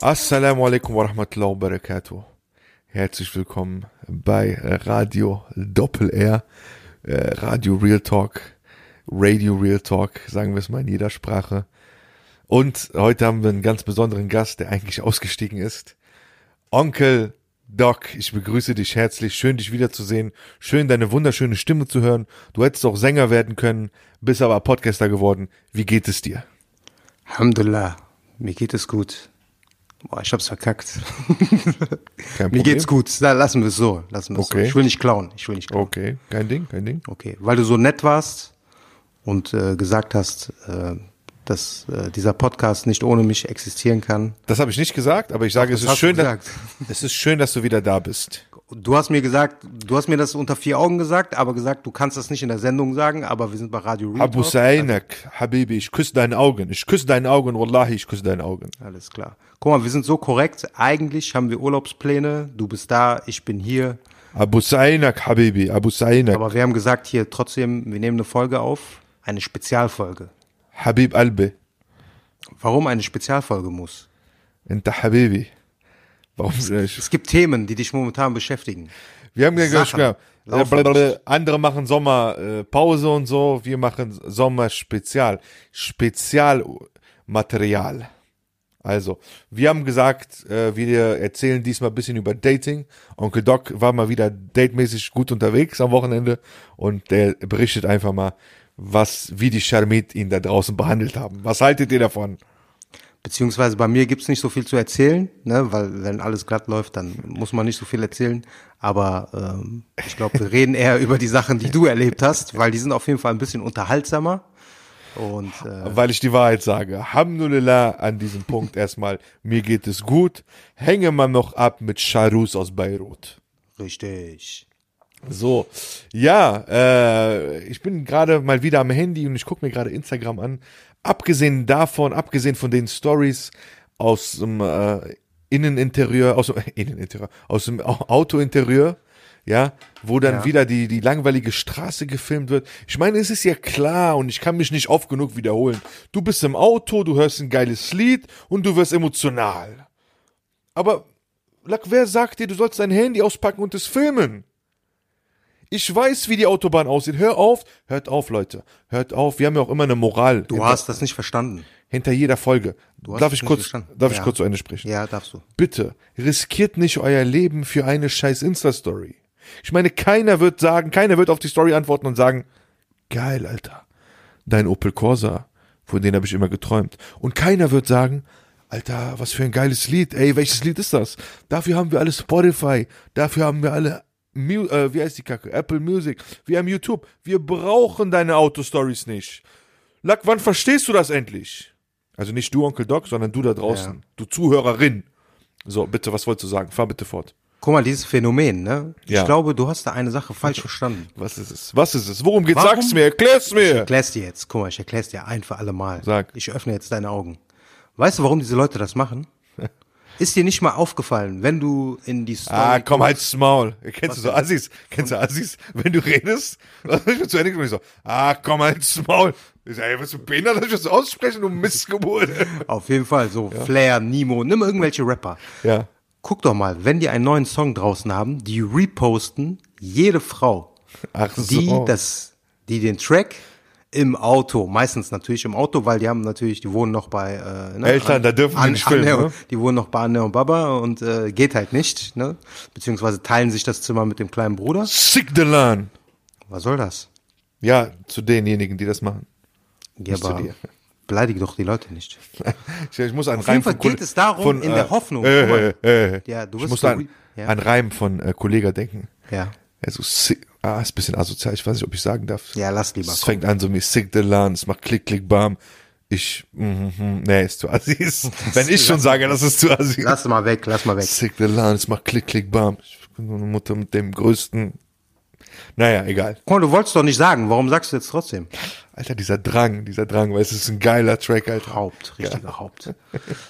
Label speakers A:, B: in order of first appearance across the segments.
A: Assalamu alaikum wa rahmatullahi wa barakatuh. Herzlich willkommen bei Radio Doppel R, äh, Radio Real Talk, Radio Real Talk, sagen wir es mal in jeder Sprache. Und heute haben wir einen ganz besonderen Gast, der eigentlich ausgestiegen ist. Onkel Doc, ich begrüße dich herzlich. Schön, dich wiederzusehen. Schön, deine wunderschöne Stimme zu hören. Du hättest auch Sänger werden können, bist aber Podcaster geworden. Wie geht es dir?
B: Alhamdulillah, mir geht es gut. Boah, ich hab's verkackt.
A: Kein
B: Mir geht's gut. Na, lassen wir es so. Lassen wir es
A: Okay.
B: so. Ich will nicht klauen. Ich will nicht klauen.
A: Okay, kein Ding, kein Ding.
B: Okay. Weil du so nett warst und äh, gesagt hast, äh, dass äh, dieser Podcast nicht ohne mich existieren kann.
A: Das habe ich nicht gesagt, aber ich sage, es
B: das
A: ist,
B: hast du
A: schön, dass,
B: gesagt.
A: es ist schön, dass du wieder da bist.
B: Du hast mir gesagt, du hast mir das unter vier Augen gesagt, aber gesagt, du kannst das nicht in der Sendung sagen, aber wir sind bei Radio Real
A: Abu
B: Talk.
A: Sainak, Habibi, ich küsse deine Augen. Ich küsse deine Augen, Wallahi, ich küsse deine Augen.
B: Alles klar. Guck mal, wir sind so korrekt. Eigentlich haben wir Urlaubspläne. Du bist da, ich bin hier.
A: Abu Sainak, Habibi, Abu Sainak,
B: Aber wir haben gesagt, hier trotzdem, wir nehmen eine Folge auf. Eine Spezialfolge.
A: Habib Albe,
B: Warum eine Spezialfolge muss?
A: Inta Habibi. Warum? Ich,
B: Es gibt Themen, die dich momentan beschäftigen.
A: wir haben ja gesagt,
B: Sachen.
A: ja, äh,
B: Laufen.
A: blablabla, andere machen Sommerpause äh, Pause und so, wir machen Sommerspezial. Spezialmaterial. Also, wir haben gesagt, äh, wir erzählen diesmal ein bisschen über Dating. Onkel Doc war mal wieder datemäßig gut unterwegs am Wochenende und der berichtet einfach mal, was, wie die Charmit ihn da draußen behandelt haben. Was haltet ihr davon?
B: Beziehungsweise bei mir gibt's nicht so viel zu erzählen, ne? weil wenn alles glatt läuft, dann muss man nicht so viel erzählen. Aber ähm, ich glaube, wir reden eher über die Sachen, die du erlebt hast, weil die sind auf jeden Fall ein bisschen unterhaltsamer. Und äh,
A: Weil ich die Wahrheit sage. Alhamdulillah an diesem Punkt erstmal. Mir geht es gut. Hänge man noch ab mit Charus aus Beirut.
B: richtig.
A: So, ja, äh, ich bin gerade mal wieder am Handy und ich gucke mir gerade Instagram an. Abgesehen davon, abgesehen von den Stories aus dem äh, Inneninterieur, aus dem Inneninterieur, aus dem Au- Autointerieur, ja, wo dann
B: Ja.
A: wieder die, die langweilige Straße gefilmt wird. Ich meine, es ist ja klar und ich kann mich nicht oft genug wiederholen. Du bist im Auto, du hörst ein geiles Lied und du wirst emotional. Aber Lack, wer sagt dir, du sollst dein Handy auspacken und es filmen? Ich weiß, wie die Autobahn aussieht. Hör auf, hört auf, Leute. Hört auf. Wir haben ja auch immer eine Moral
B: Du
A: hinter,
B: hast das nicht verstanden.
A: hinter jeder Folge.
B: hast
A: Darf
B: es
A: ich
B: nicht
A: kurz,
B: verstanden.
A: darf ich
B: Ja.
A: kurz zu Ende sprechen?
B: Ja, darfst du.
A: Bitte, riskiert nicht euer Leben für eine scheiß Insta-Story. Ich meine, keiner wird sagen, keiner wird auf die Story antworten und sagen, geil, Alter, dein Opel Corsa, von dem habe ich immer geträumt. Und keiner wird sagen, Alter, was für ein geiles Lied, ey, welches Lied ist das? Dafür haben wir alle Spotify, dafür haben wir alle, Mu äh, wie heißt die Kacke, Apple Music, wir haben YouTube, wir brauchen deine Auto-Stories nicht. Lack, wann verstehst du das endlich? Also nicht du, Onkel Doc, sondern du da draußen,
B: Ja.
A: du Zuhörerin. So, bitte, was wolltest du sagen? Fahr bitte fort.
B: Guck mal, dieses Phänomen, ne?
A: Ja.
B: Ich glaube, du hast da eine Sache falsch verstanden.
A: Was ist es? Was ist es? Worum geht's?
B: Warum-
A: Sag's mir, erklär's
B: Ich
A: mir.
B: erklär's dir jetzt. Guck mal, ich erklär's dir ein für alle Mal.
A: Sag.
B: Ich öffne jetzt deine Augen. Weißt du, warum diese Leute das machen? Ist dir nicht mal aufgefallen, wenn du in die Story
A: Ah, komm, halt's Maul. Kennst du so Assis? Kennst du Assis? Wenn du redest, ich bin zu Ende gekommen, ich so, ah, komm, halt's Maul. Ich sag, ey, was du behindert, dass ich das so aussprechen, du Missgeburt.
B: Auf jeden Fall so Flair, Nemo, nimm irgendwelche Rapper.
A: Ja.
B: Guck doch mal, wenn die einen neuen Song draußen haben, die reposten jede Frau,
A: Ach so.
B: die das, die den Track im Auto, meistens natürlich im Auto, weil die haben natürlich, die wohnen noch bei äh, ne,
A: Eltern, da dürfen die nicht filmen,
B: Anne-
A: ne?
B: Die wohnen noch bei Anne und Baba und äh, geht halt nicht, ne? Beziehungsweise teilen sich das Zimmer mit dem kleinen Bruder.
A: Sick the Lan.
B: Was soll das?
A: Ja, zu denjenigen, die das machen.
B: Ja,
A: Nicht zu
B: aber
A: dir.
B: beleidige doch die Leute nicht.
A: Ich, ich muss an
B: Auf jeden Fall geht es darum, in der Hoffnung.
A: Äh,
B: Guck mal.
A: äh, äh,
B: Ja, du
A: ich
B: wirst
A: muss
B: so
A: an,
B: wie- ja.
A: an Reim von äh, Kollega denken.
B: Ja.
A: Also, si- Ah, ist ein bisschen asozial, ich weiß nicht, ob ich sagen darf.
B: Ja, lass lieber.
A: Es fängt an so mit Sick the Lan, es macht Klick, Klick, Bam. Ich, mhm, mhm, nee, ist zu Assis. Wenn ich schon sage, das ist zu Assis.
B: Lass mal weg, lass mal weg.
A: Sick the Lan, es macht Klick, Klick, Bam. Ich bin so eine Mutter mit dem größten. Naja, egal.
B: Komm, du wolltest doch nicht sagen. Warum sagst du jetzt trotzdem?
A: Alter, dieser Drang, dieser Drang, weil es ist ein geiler Track, Alter.
B: Haupt, richtiger Haupt.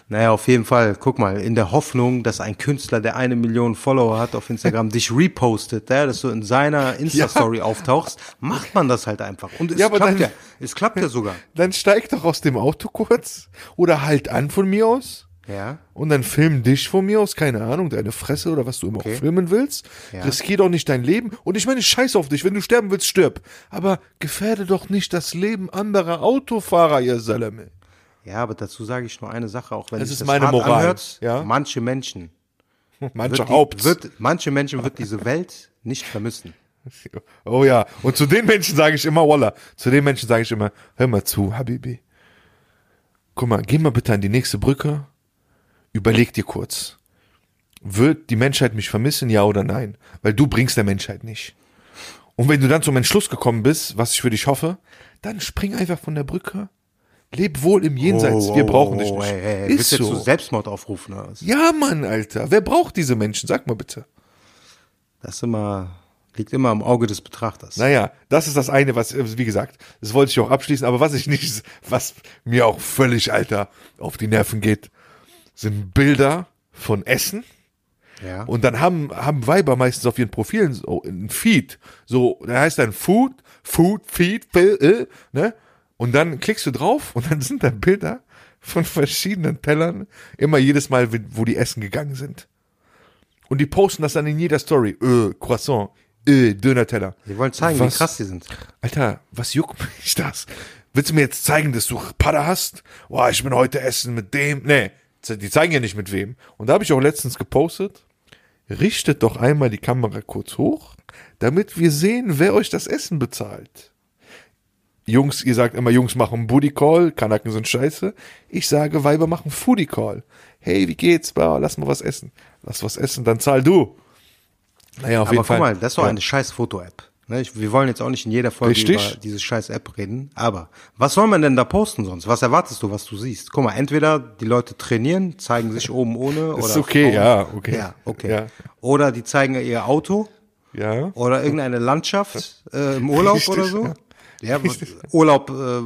B: Naja, auf jeden Fall, guck mal, in der Hoffnung, dass ein Künstler, der eine Million Follower hat auf Instagram, dich repostet, ja, dass du in seiner Insta-Story auftauchst, macht man das halt einfach. Und es
A: Ja, aber
B: klappt
A: dann-
B: ja. Es klappt ja sogar.
A: Dann steig doch aus dem Auto kurz oder halt an von mir aus.
B: Ja.
A: Und dann film dich von mir aus, keine Ahnung, deine Fresse oder was du immer
B: Okay.
A: auch filmen willst.
B: Ja.
A: Riskier doch nicht dein Leben. Und ich meine, scheiß auf dich. Wenn du sterben willst, stirb. Aber gefährde doch nicht das Leben anderer Autofahrer, ihr Salame.
B: Ja, aber dazu sage ich nur eine Sache, auch wenn
A: Es
B: sich
A: ist
B: das
A: meine
B: hart
A: Moral,
B: anhört,
A: ja.
B: manche Menschen
A: Manche
B: wird,
A: Haupt.
B: die, wird, manche Menschen wird diese Welt nicht vermissen.
A: Oh ja. Und zu den Menschen sage ich immer, Walla, zu den Menschen sage ich immer, hör mal zu, Habibi. Guck mal, geh mal bitte an die nächste Brücke. Überleg dir kurz. Wird die Menschheit mich vermissen, ja oder nein? Weil du bringst der Menschheit nicht. Und wenn du dann zum Entschluss gekommen bist, was ich für dich hoffe, dann spring einfach von der Brücke. Leb wohl im Jenseits.
B: Oh,
A: Wir brauchen dich nicht.
B: Ey, ey,
A: Ist
B: willst du jetzt zu
A: so.
B: Selbstmord aufrufen? Oder was?
A: Ja, Mann, Alter. Wer braucht diese Menschen? Sag mal bitte.
B: Das ist immer, liegt immer im Auge des Betrachters.
A: Naja, das ist das eine, was, äh, wie gesagt, das wollte ich auch abschließen, aber was ich nicht, was mir auch völlig, Alter, auf die Nerven geht, sind Bilder von Essen.
B: Ja.
A: Und dann haben, haben Weiber meistens auf ihren Profilen so einen Feed. So, da heißt dann Food, Food, Feed, Bill, äh, ne? Und dann klickst du drauf und dann sind da Bilder von verschiedenen Tellern, immer jedes Mal, wo die essen gegangen sind. Und die posten das dann in jeder Story. Äh, Croissant, äh, Döner-Teller.
B: Sie wollen zeigen,
A: Was?
B: wie krass sie sind.
A: Alter, was juckt mich das? Willst du mir jetzt zeigen, dass du Pada hast? Boah, ich bin heute essen mit dem. Nee, ze- die zeigen ja nicht mit wem. Und da habe ich auch letztens gepostet. Richtet doch einmal die Kamera kurz hoch, damit wir sehen, wer euch das Essen bezahlt. Jungs, ihr sagt immer, Jungs machen Booty Call, Kanaken sind scheiße. Ich sage, Weiber machen Foodie Call. Hey, wie geht's? Boah, lass mal was essen. Lass was essen, dann zahl du. Naja, auf
B: Aber
A: jeden
B: guck
A: Fall.
B: mal, das ist doch
A: Ja.
B: eine scheiß Foto-App. Ne, ich- Wir wollen jetzt auch nicht in jeder Folge
A: Richtig.
B: über diese scheiß App reden, aber was soll man denn da posten sonst? Was erwartest du, was du siehst? Guck mal, entweder die Leute trainieren, zeigen sich oben ohne oder
A: Ist okay,
B: Frauen.
A: ja, okay.
B: Ja, okay.
A: Ja.
B: Oder die zeigen ihr Auto
A: Ja.
B: oder irgendeine Landschaft äh, im Urlaub
A: Richtig,
B: oder so. Ja, Urlaub, äh,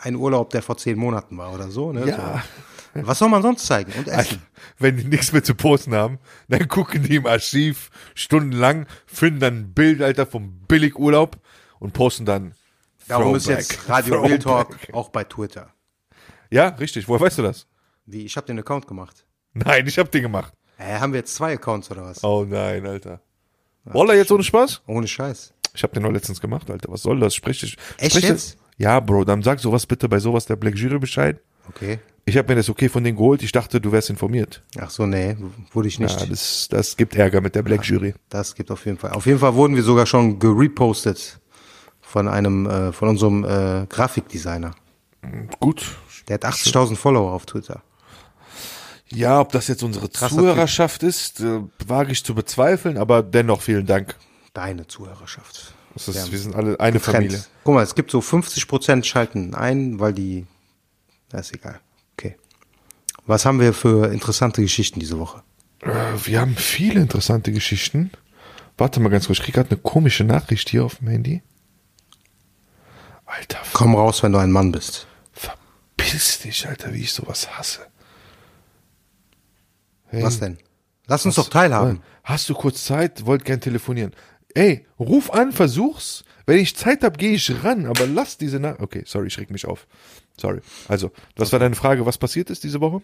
B: ein Urlaub, der vor zehn Monaten war oder so. Ne?
A: Ja.
B: So. Was soll man sonst zeigen? Und essen.
A: wenn die nichts mehr zu posten haben, dann gucken die im Archiv stundenlang, finden dann ein Bild, Alter, vom Billigurlaub und posten dann.
B: Darum ist
A: Throwback,
B: jetzt Radio Real Talk
A: Throwback.
B: auch bei Twitter.
A: Ja, richtig. Woher weißt du das?
B: Wie, ich habe den Account gemacht.
A: Nein, ich hab den gemacht.
B: Äh, haben wir jetzt zwei Accounts oder was?
A: Oh nein, Alter. Walla, jetzt ohne Spaß?
B: Ohne Scheiß.
A: Ich hab den noch letztens gemacht, Alter. Was soll das? Sprich dich.
B: Echt
A: sprich dich-
B: jetzt?
A: Ja, Bro, dann sag sowas bitte bei sowas der Black Jury Bescheid.
B: Okay.
A: Ich hab mir das okay von denen geholt. Ich dachte, du wärst informiert.
B: Ach so, nee, wurde ich nicht.
A: Ja, das, das gibt Ärger mit der Black Jury.
B: das gibt auf jeden Fall. Auf jeden Fall wurden wir sogar schon gerepostet von einem, äh, von unserem äh, Grafikdesigner.
A: Gut,
B: Der hat 80.000 Follower auf Twitter.
A: Ja, ob das jetzt unsere
B: Krasser
A: Zuhörerschaft ist, äh, wage ich zu bezweifeln, aber dennoch vielen Dank.
B: Deine Zuhörerschaft.
A: Das ist, wir sind alle eine Familie.
B: Trend. Guck mal, es gibt so 50% schalten ein, weil die, na, ist egal. Okay. Was haben wir für interessante Geschichten diese Woche?
A: Äh, wir haben viele interessante Geschichten. Warte mal ganz kurz, ich krieg gerade eine komische Nachricht hier auf dem Handy. Alter, ver-
B: Komm raus, wenn du ein Mann bist.
A: verpiss dich, Alter, wie ich sowas hasse. Hey.
B: Was denn? Lass uns doch teilhaben.
A: Hast du kurz Zeit? Wollt gern telefonieren. Ey, ruf an, versuch's. Wenn ich Zeit hab, gehe ich ran, aber lass diese Nach. Okay, sorry, ich reg mich auf. Sorry. Also, das war deine Frage, was passiert ist diese Woche?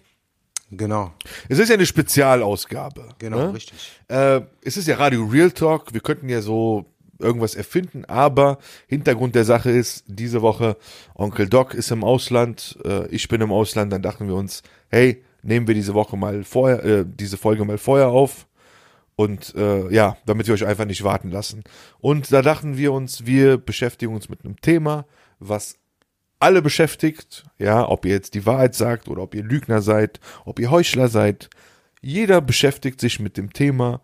B: Genau,
A: Es ist ja eine Spezialausgabe.
B: genau,
A: ne?
B: richtig.
A: Äh, es ist ja Radio Real Talk. Wir könnten ja so irgendwas erfinden, aber Hintergrund der Sache ist, diese Woche Onkel Doc ist im Ausland, äh, ich bin im Ausland, dann dachten wir uns, hey, nehmen wir diese Woche mal vorher, äh, diese Folge mal vorher auf und äh, ja, damit wir euch einfach nicht warten lassen. Und da dachten wir uns, wir beschäftigen uns mit einem Thema, was alle beschäftigt, ja, ob ihr jetzt die Wahrheit sagt oder ob ihr Lügner seid, ob ihr Heuchler seid, jeder beschäftigt sich mit dem Thema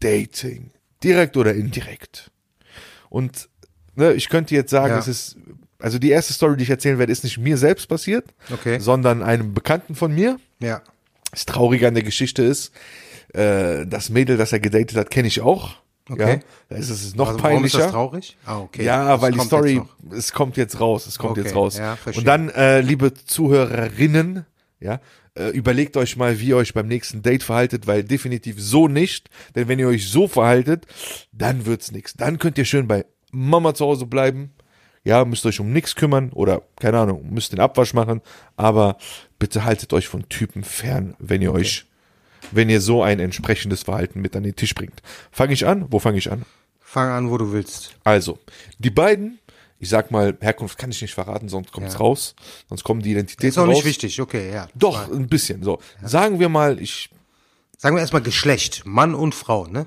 A: Dating, direkt oder indirekt. Und ne, ich könnte jetzt sagen,
B: Ja.
A: es ist, also die erste Story, die ich erzählen werde, ist nicht mir selbst passiert,
B: Okay.
A: sondern einem Bekannten von mir.
B: Ja.
A: Das Traurige an der Geschichte ist, äh, das Mädel, das er gedatet hat, kenne ich auch.
B: Okay.
A: Ja, da ist es noch
B: Also, warum ist
A: peinlicher.
B: das traurig? Ah, okay.
A: Ja,
B: Das
A: weil die
B: kommt jetzt
A: Story,
B: noch.
A: es kommt jetzt raus, es kommt
B: Okay,
A: jetzt raus.
B: ja, verstehe.
A: und dann, äh, liebe Zuhörerinnen, ja, äh, überlegt euch mal, wie ihr euch beim nächsten Date verhaltet, weil definitiv so nicht, denn wenn ihr euch so verhaltet, dann wird's nix. Dann könnt ihr schön bei Mama zu Hause bleiben, ja, müsst euch um nichts kümmern oder, keine Ahnung, müsst den Abwasch machen, aber bitte haltet euch von Typen fern, wenn ihr euch wenn ihr so ein entsprechendes Verhalten mit an den Tisch bringt. Fange ich an? Wo fange ich an?
B: Fang an, wo du willst.
A: Also, die beiden, ich sag mal, Herkunft kann ich nicht verraten, sonst kommt's
B: Ja.
A: raus. Sonst kommen die Identitäten
B: Ist auch
A: raus.
B: nicht wichtig, okay, ja.
A: Doch, ein bisschen. So. Sagen wir mal, ich.
B: Sagen wir erstmal Geschlecht, Mann und Frau, ne?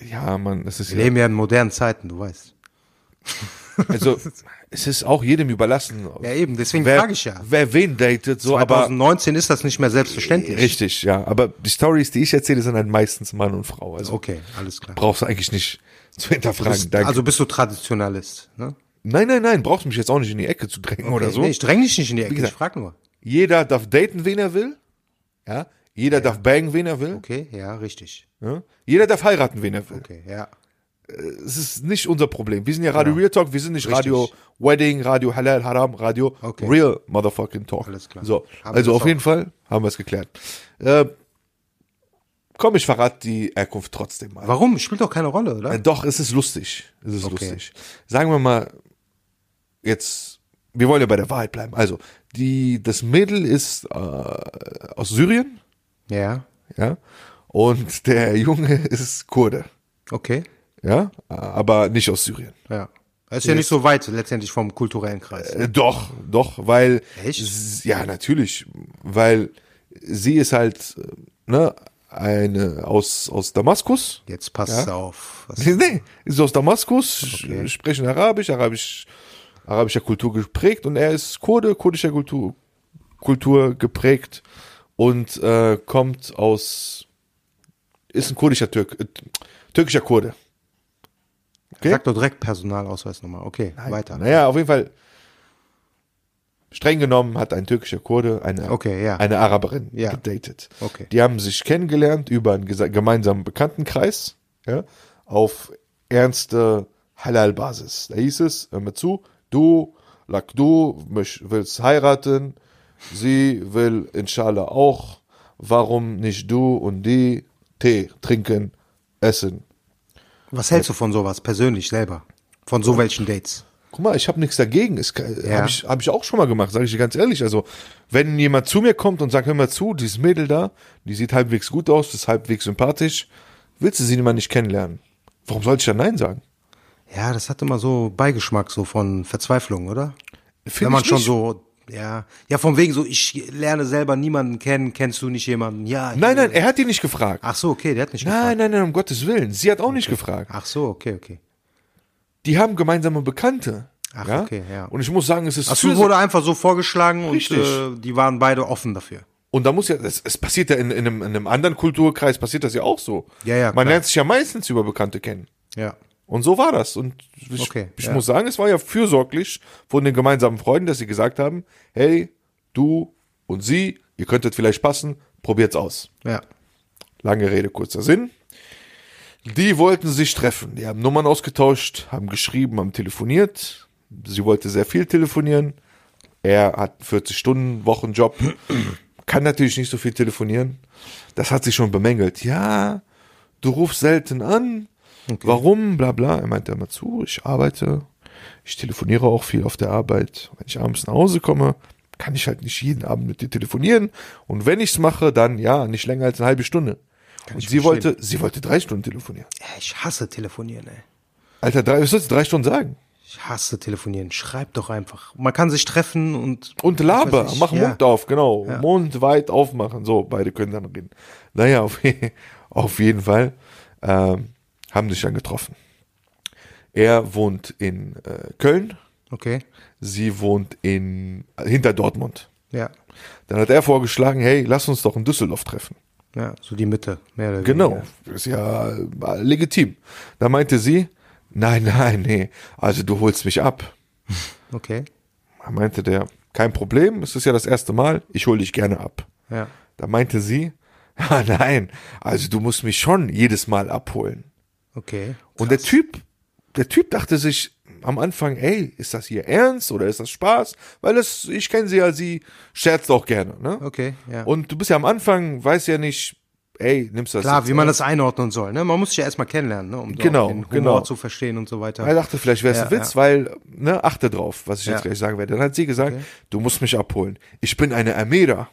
A: Ja, man, es ist
B: Wir leben ja in modernen Zeiten, du weißt.
A: also es ist auch jedem überlassen.
B: Ja, eben, deswegen
A: wer,
B: frage ich ja.
A: Wer wen datet, so, aber
B: 2019 ist das nicht mehr selbstverständlich.
A: richtig, ja. Aber die Stories, die ich erzähle, sind dann meistens Mann und Frau. Also
B: Okay, alles klar.
A: brauchst du eigentlich nicht zu hinterfragen.
B: Bist,
A: Danke.
B: also bist du Traditionalist, ne?
A: nein, nein, nein, brauchst mich jetzt auch nicht in die Ecke zu drängen oder
B: Okay,
A: so.
B: Nee, ich dränge dich nicht in die Ecke,
A: gesagt-
B: ich frag nur.
A: Jeder darf daten, wen er will. Ja. Jeder darf bangen, wen er will.
B: Okay, ja, richtig.
A: Ja? Jeder darf heiraten, wen er will.
B: Okay, ja.
A: Es ist nicht unser Problem. Wir sind ja
B: Genau.
A: Radio Real Talk, wir sind nicht Radio Wedding, Radio Halal Haram, Radio
B: Okay.
A: Real Motherfucking Talk.
B: Alles klar.
A: So,
B: Haben
A: also
B: wir das
A: auf jeden Fall haben wir es geklärt. Äh, komm, ich verrate die Herkunft trotzdem mal.
B: Warum? Spielt doch keine Rolle,
A: Äh,
B: oder?
A: Doch, es ist lustig. Es ist
B: Okay.
A: lustig. Sagen wir mal, jetzt, wir wollen ja bei der Wahrheit bleiben. Also, die, das Mädel ist äh, aus Syrien,
B: Ja,
A: ja, und der Junge ist Kurde,
B: okay.
A: ja, aber nicht aus Syrien.
B: Ja. Ist ja nicht so weit letztendlich vom kulturellen Kreis.
A: Äh, Doch, doch, weil
B: Echt?
A: s- ja natürlich, weil sie ist halt äh, ne eine aus aus Damaskus.
B: Jetzt passt auf. Was-
A: Nee, ist aus Damaskus, sch- sprechen Arabisch, Arabisch arabischer Kultur geprägt und er ist Kurde, kurdischer Kultur Kultur geprägt und äh, kommt aus ist ein kurdischer Türk äh, türkischer Kurde. Okay.
B: Sag doch direkt Personalausweis nochmal. Okay, weiter.
A: Naja, auf jeden Fall. Streng genommen hat ein türkischer Kurde eine,
B: Okay, ja.
A: eine Araberin
B: Ja.
A: gedatet.
B: Okay.
A: Die haben sich kennengelernt über einen gesa- gemeinsamen Bekanntenkreis ja, auf ernste Halal-Basis. Da hieß es, hör mir zu, du, lak du, mich willst heiraten, sie will inshallah auch, warum nicht du und die Tee trinken, essen.
B: Was hältst du von sowas persönlich selber? Von so welchen Dates?
A: Guck mal, ich habe nichts dagegen. Ist
B: Ja.
A: habe ich, hab ich auch schon mal gemacht, sage ich dir ganz ehrlich. Also, wenn jemand zu mir kommt und sagt, hör mal zu, dieses Mädel da, die sieht halbwegs gut aus, ist halbwegs sympathisch, willst du sie mal nicht kennenlernen? Warum sollte ich dann Nein sagen?
B: Ja, das hat immer so Beigeschmack so von Verzweiflung, oder?
A: Find
B: Wenn man
A: ich
B: schon
A: nicht.
B: so, ja, ja, von wegen so, ich lerne selber niemanden kennen, kennst du nicht jemanden? Ja.
A: Nein, nein, er hat die nicht gefragt.
B: Ach so, Ah, okay, der hat nicht gefragt.
A: Nein, nein, nein, um Gottes Willen. Sie hat auch nicht gefragt.
B: Ach so, okay, okay.
A: Die haben gemeinsame Bekannte.
B: Ach, okay, ja.
A: Und ich muss sagen, es ist
B: Ach so,
A: für-
B: wurde einfach so vorgeschlagen und
A: Richtig.
B: äh, die waren beide offen dafür.
A: Und da muss ja, es, es passiert ja in, in, einem, in einem anderen Kulturkreis, passiert das ja auch so.
B: Ja, ja,
A: Man
B: klar.
A: lernt sich ja meistens über Bekannte kennen.
B: Ja.
A: Und so war das. Und ich,
B: Okay,
A: ich
B: ja.
A: muss sagen, es war ja fürsorglich von den gemeinsamen Freunden, dass sie gesagt haben, hey, du und sie, ihr könntet vielleicht passen, probiert's aus.
B: Ja.
A: Lange Rede, kurzer Sinn. Die wollten sich treffen. Die haben Nummern ausgetauscht, haben geschrieben, haben telefoniert. Sie wollte sehr viel telefonieren. Er hat einen 40-Stunden-Wochenjob, kann natürlich nicht so viel telefonieren. Das hat sie schon bemängelt. Ja, du rufst selten an. Warum? Bla bla. Er meinte immer zu, ich arbeite, ich telefoniere auch viel auf der Arbeit. Wenn ich abends nach Hause komme, kann ich halt nicht jeden Abend mit dir telefonieren. Und wenn ich es mache, dann ja, nicht länger als eine halbe Stunde. Und
B: ich
A: sie
B: verstehen.
A: wollte, sie wollte drei Stunden telefonieren.
B: Ja, Ich hasse telefonieren, ey.
A: Alter, drei, was sollst du drei Stunden sagen?
B: Ich hasse telefonieren. Schreib doch einfach. Man kann sich treffen und.
A: Und
B: Ich
A: Laber,
B: weiß nicht,
A: mach
B: ja.
A: Mund auf, genau. Mund weit aufmachen. So, beide können dann reden. Naja, auf, je- auf jeden Fall ähm, haben sich dann getroffen. Er wohnt in äh, Köln,
B: Okay.
A: sie wohnt in hinter Dortmund.
B: Ja.
A: Dann hat er vorgeschlagen, hey, lass uns doch in Düsseldorf treffen.
B: Ja, so die Mitte, mehr oder
A: Genau,
B: weniger.
A: ist ja äh, legitim. Da meinte sie, Nein, nein, nee. Also du holst mich ab.
B: Okay.
A: Da meinte der, kein Problem, es ist ja das erste Mal, ich hole dich gerne ab.
B: Ja.
A: Da meinte sie, ah, nein, also du musst mich schon jedes Mal abholen.
B: Okay.
A: Und der Typ, der Typ dachte sich am Anfang, ey, ist das hier ernst oder ist das Spaß? Weil es, ich kenne sie ja, sie scherzt auch gerne, ne?
B: Okay, ja.
A: Und du bist ja am Anfang, weiß ja nicht, ey, nimmst du das
B: Klar,
A: jetzt
B: wie man
A: ernst?
B: das einordnen soll. Ne? Man muss sich ja erstmal kennenlernen, ne? um so
A: Genau,
B: auch den Humor
A: genau.
B: zu verstehen und so weiter.
A: Er dachte, vielleicht wäre es
B: Ja,
A: ein Witz, weil, ne, achte drauf, was ich
B: Ja.
A: jetzt gleich sagen werde. Dann hat sie gesagt, du musst mich abholen. Ich bin eine Amira.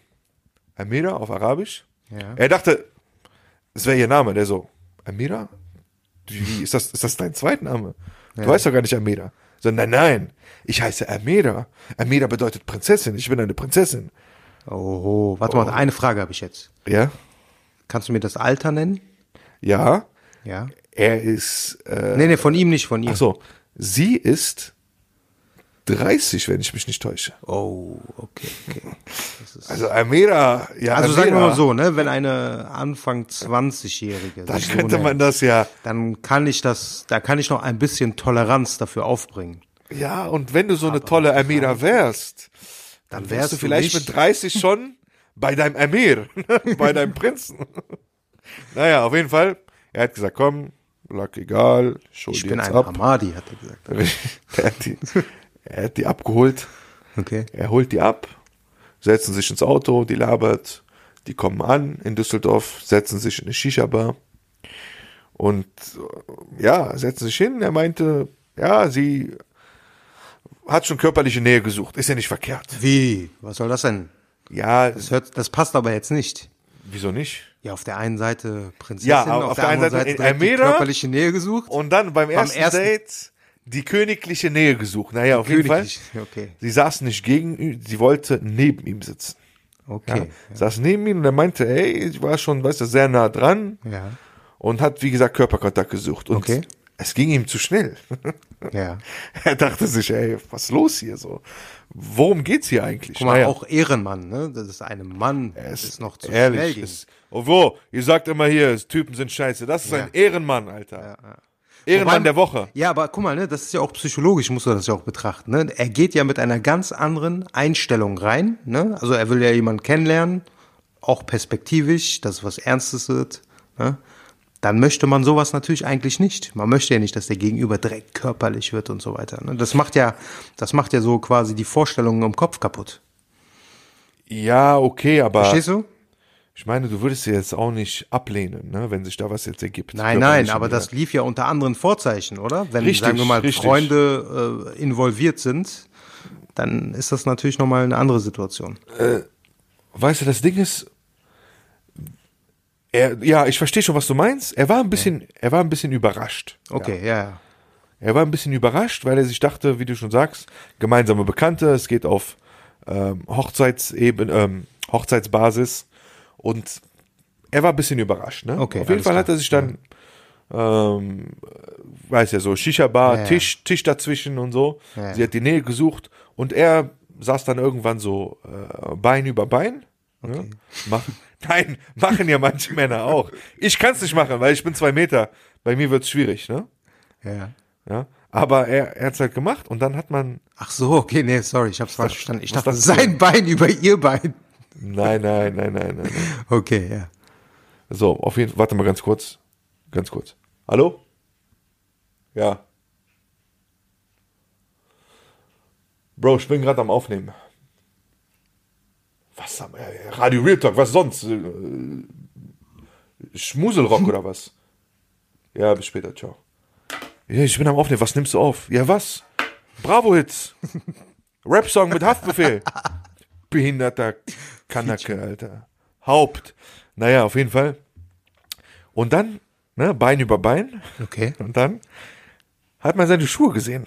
A: Amira auf Arabisch?
B: Ja.
A: Er dachte, es wäre ihr Name. Der so, Amira? Wie, ist das, ist das dein Zweitname? Du weißt doch gar nicht Amira. So, nein, nein, ich heiße Amira. Amira bedeutet Prinzessin. Ich bin eine Prinzessin.
B: Oho, warte
A: Oh.
B: mal, eine Frage habe ich jetzt.
A: Ja?
B: Kannst du mir das Alter nennen?
A: Ja.
B: Ja.
A: Er ist, äh,
B: Nee, nee, von ihm nicht, von ihm.
A: ach so, sie ist 30, wenn ich mich nicht täusche.
B: Oh, okay, okay. Das ist
A: Also Amira, ja.
B: also
A: Amira,
B: sagen wir mal so, ne, wenn eine Anfang 20-Jährige
A: Dann
B: sich so
A: könnte man
B: nennt,
A: das ja.
B: dann kann ich das, da kann ich noch ein bisschen Toleranz dafür aufbringen.
A: Ja, und wenn du so eine tolle Amira wärst,
B: Dann
A: wärst
B: wärst
A: du vielleicht
B: nicht,
A: mit 30 schon bei deinem Amir, bei deinem Prinzen. naja, auf jeden Fall. Er hat gesagt, komm, lag egal, ich hol
B: ich
A: die
B: bin
A: jetzt
B: ein
A: ab.
B: Hamadi, hat er gesagt.
A: er, hat die, er hat die abgeholt,
B: Okay.
A: er holt die ab, setzen sich ins Auto, die labert, die kommen an in Düsseldorf, setzen sich in eine Shisha-Bar. Und äh, ja, setzen sich hin. Er meinte, ja, sie hat schon körperliche Nähe gesucht. Ist ja nicht verkehrt.
B: Wie? Was soll das denn?
A: Ja,
B: Das hört, das passt aber jetzt nicht.
A: wieso nicht?
B: Ja, auf der einen Seite Prinzessin,
A: Ja,
B: auf, der, anderen Seite,
A: in
B: direkt die
A: Almere.
B: körperliche Nähe gesucht.
A: Und dann beim ersten,
B: ersten-
A: Date die königliche Nähe gesucht. Naja, auf jeden Fall.
B: Königlich, okay.
A: Sie saß nicht gegen, sie wollte neben ihm sitzen. Ja,
B: Okay.
A: Saß neben ihm und er meinte, ey, ich war schon, weißt du, sehr nah dran.
B: Ja.
A: und hat, wie gesagt, Körperkontakt gesucht. Und
B: Okay.
A: es ging ihm zu schnell.
B: Ja. ja.
A: er dachte sich, ey, was ist los hier so? Worum geht's hier eigentlich? Ah
B: Guck mal,
A: Naja,
B: auch Ehrenmann, ne? Das ist einem Mann, das ist noch zu
A: ehrlich,
B: schnell ging.
A: Ist, oh, wo? Ihr sagt immer hier, Typen sind scheiße. Das ist ein Ehrenmann, Alter. Ehrenmann
B: Wobei-
A: der Woche.
B: Ja, aber guck mal, ne, das ist ja auch psychologisch, musst du das ja auch betrachten. Ne? Er geht ja mit einer ganz anderen Einstellung rein. Ne? Also er will ja jemanden kennenlernen, auch perspektivisch, dass es was Ernstes wird. Ne? Dann möchte man sowas natürlich eigentlich nicht. Man möchte ja nicht, dass der Gegenüber direkt körperlich wird und so weiter. Ne? Das macht ja, das macht ja so quasi die Vorstellungen im Kopf kaputt.
A: Ja, okay, aber
B: Verstehst du?
A: ich meine, du würdest sie jetzt auch nicht ablehnen, ne, wenn sich da was jetzt ergibt.
B: Nein,
A: Körperlich
B: nein, aber
A: und-
B: das lief ja unter anderen Vorzeichen, oder? Wenn,
A: Richtig,
B: sagen wir mal,
A: richtig.
B: Freunde äh, involviert sind, dann ist das natürlich nochmal eine andere Situation.
A: Weißt du, das Ding ist, er, ja, ich verstehe schon, was du meinst. Er war ein bisschen, er war ein bisschen überrascht.
B: Okay, ja, ja.
A: Er war ein bisschen überrascht, weil er sich dachte, wie du schon sagst, gemeinsame Bekannte, es geht auf ähm, Hochzeitseben, ähm, Hochzeitsbasis und er war ein bisschen überrascht. Ne?
B: Okay,
A: auf jeden
B: alles
A: Fall hat
B: klar.
A: er sich dann, ähm, weiß ja so, Shisha-Bar,
B: Ja, ja.
A: Tisch, Tisch dazwischen und so.
B: Ja, ja.
A: Sie hat die Nähe gesucht und er saß dann irgendwann so äh, Bein über Bein. Ne? Mach, nein, machen ja manche Männer auch. Ich kann es nicht machen, weil ich bin zwei Meter. Bei mir wird es schwierig, ne?
B: ja. ja.
A: Ja, aber er, er hat's halt gemacht und dann hat man,
B: Ach so, okay, nee, sorry, ich hab's falsch verstanden. Ich
A: was
B: dachte,
A: dachtest du?
B: sein Bein über ihr Bein.
A: nein, nein, nein, nein, nein, nein.
B: Okay, ja.
A: So, auf jeden Fall, warte mal ganz kurz, ganz kurz. Hallo? Ja. Bro, ich bin gerade am Aufnehmen. Was, am- äh, Radio Real Talk, was sonst? Äh, Schmuselrock oder was? Ja, bis später, ciao. Ja, ich bin am Aufnehmen, was nimmst du auf? Ja, was? Bravo-Hits. Rap-Song mit Haftbefehl. Behinderter Kanacke, Alter. Haupt. Naja, auf jeden Fall. Und dann, ne, Bein über Bein.
B: Okay.
A: Und dann hat man seine Schuhe gesehen.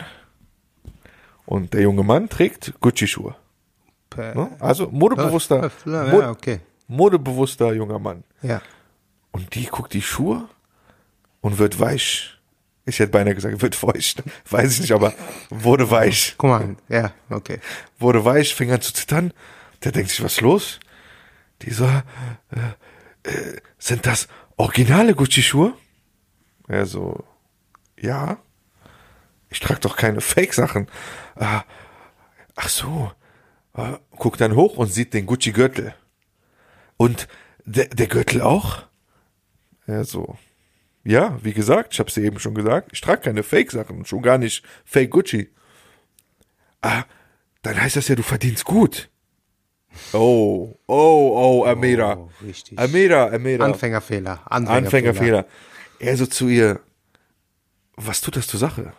A: Und der junge Mann trägt Gucci-Schuhe. Ne? Also modebewusster, mo-
B: Ja, okay.
A: modebewusster junger Mann.
B: Ja.
A: Und die guckt die Schuhe und wird weich. Ich hätte beinahe gesagt, wird feucht. Weiß ich nicht, aber wurde weich.
B: Guck mal, ja, okay.
A: Wurde weich, fing an zu zittern. Der denkt sich, was ist los? Dieser, äh, äh, sind das originale Gucci-Schuhe? Er so, ja. Ich trage doch keine Fake-Sachen. Ah, Ach so. Ah, Guckt dann hoch und sieht den Gucci-Gürtel. Und der, der Gürtel auch? Ja, so. Ja, wie gesagt, ich habe es dir eben schon gesagt, ich trage keine Fake-Sachen, schon gar nicht Fake Gucci. Ah, dann heißt das ja, du verdienst gut. Oh, oh, oh, Amira.
B: Oh, richtig.
A: Amira, Amira.
B: Anfängerfehler. Anfängerfehler.
A: Anfängerfehler. Er so zu ihr, was tut das zur Sache?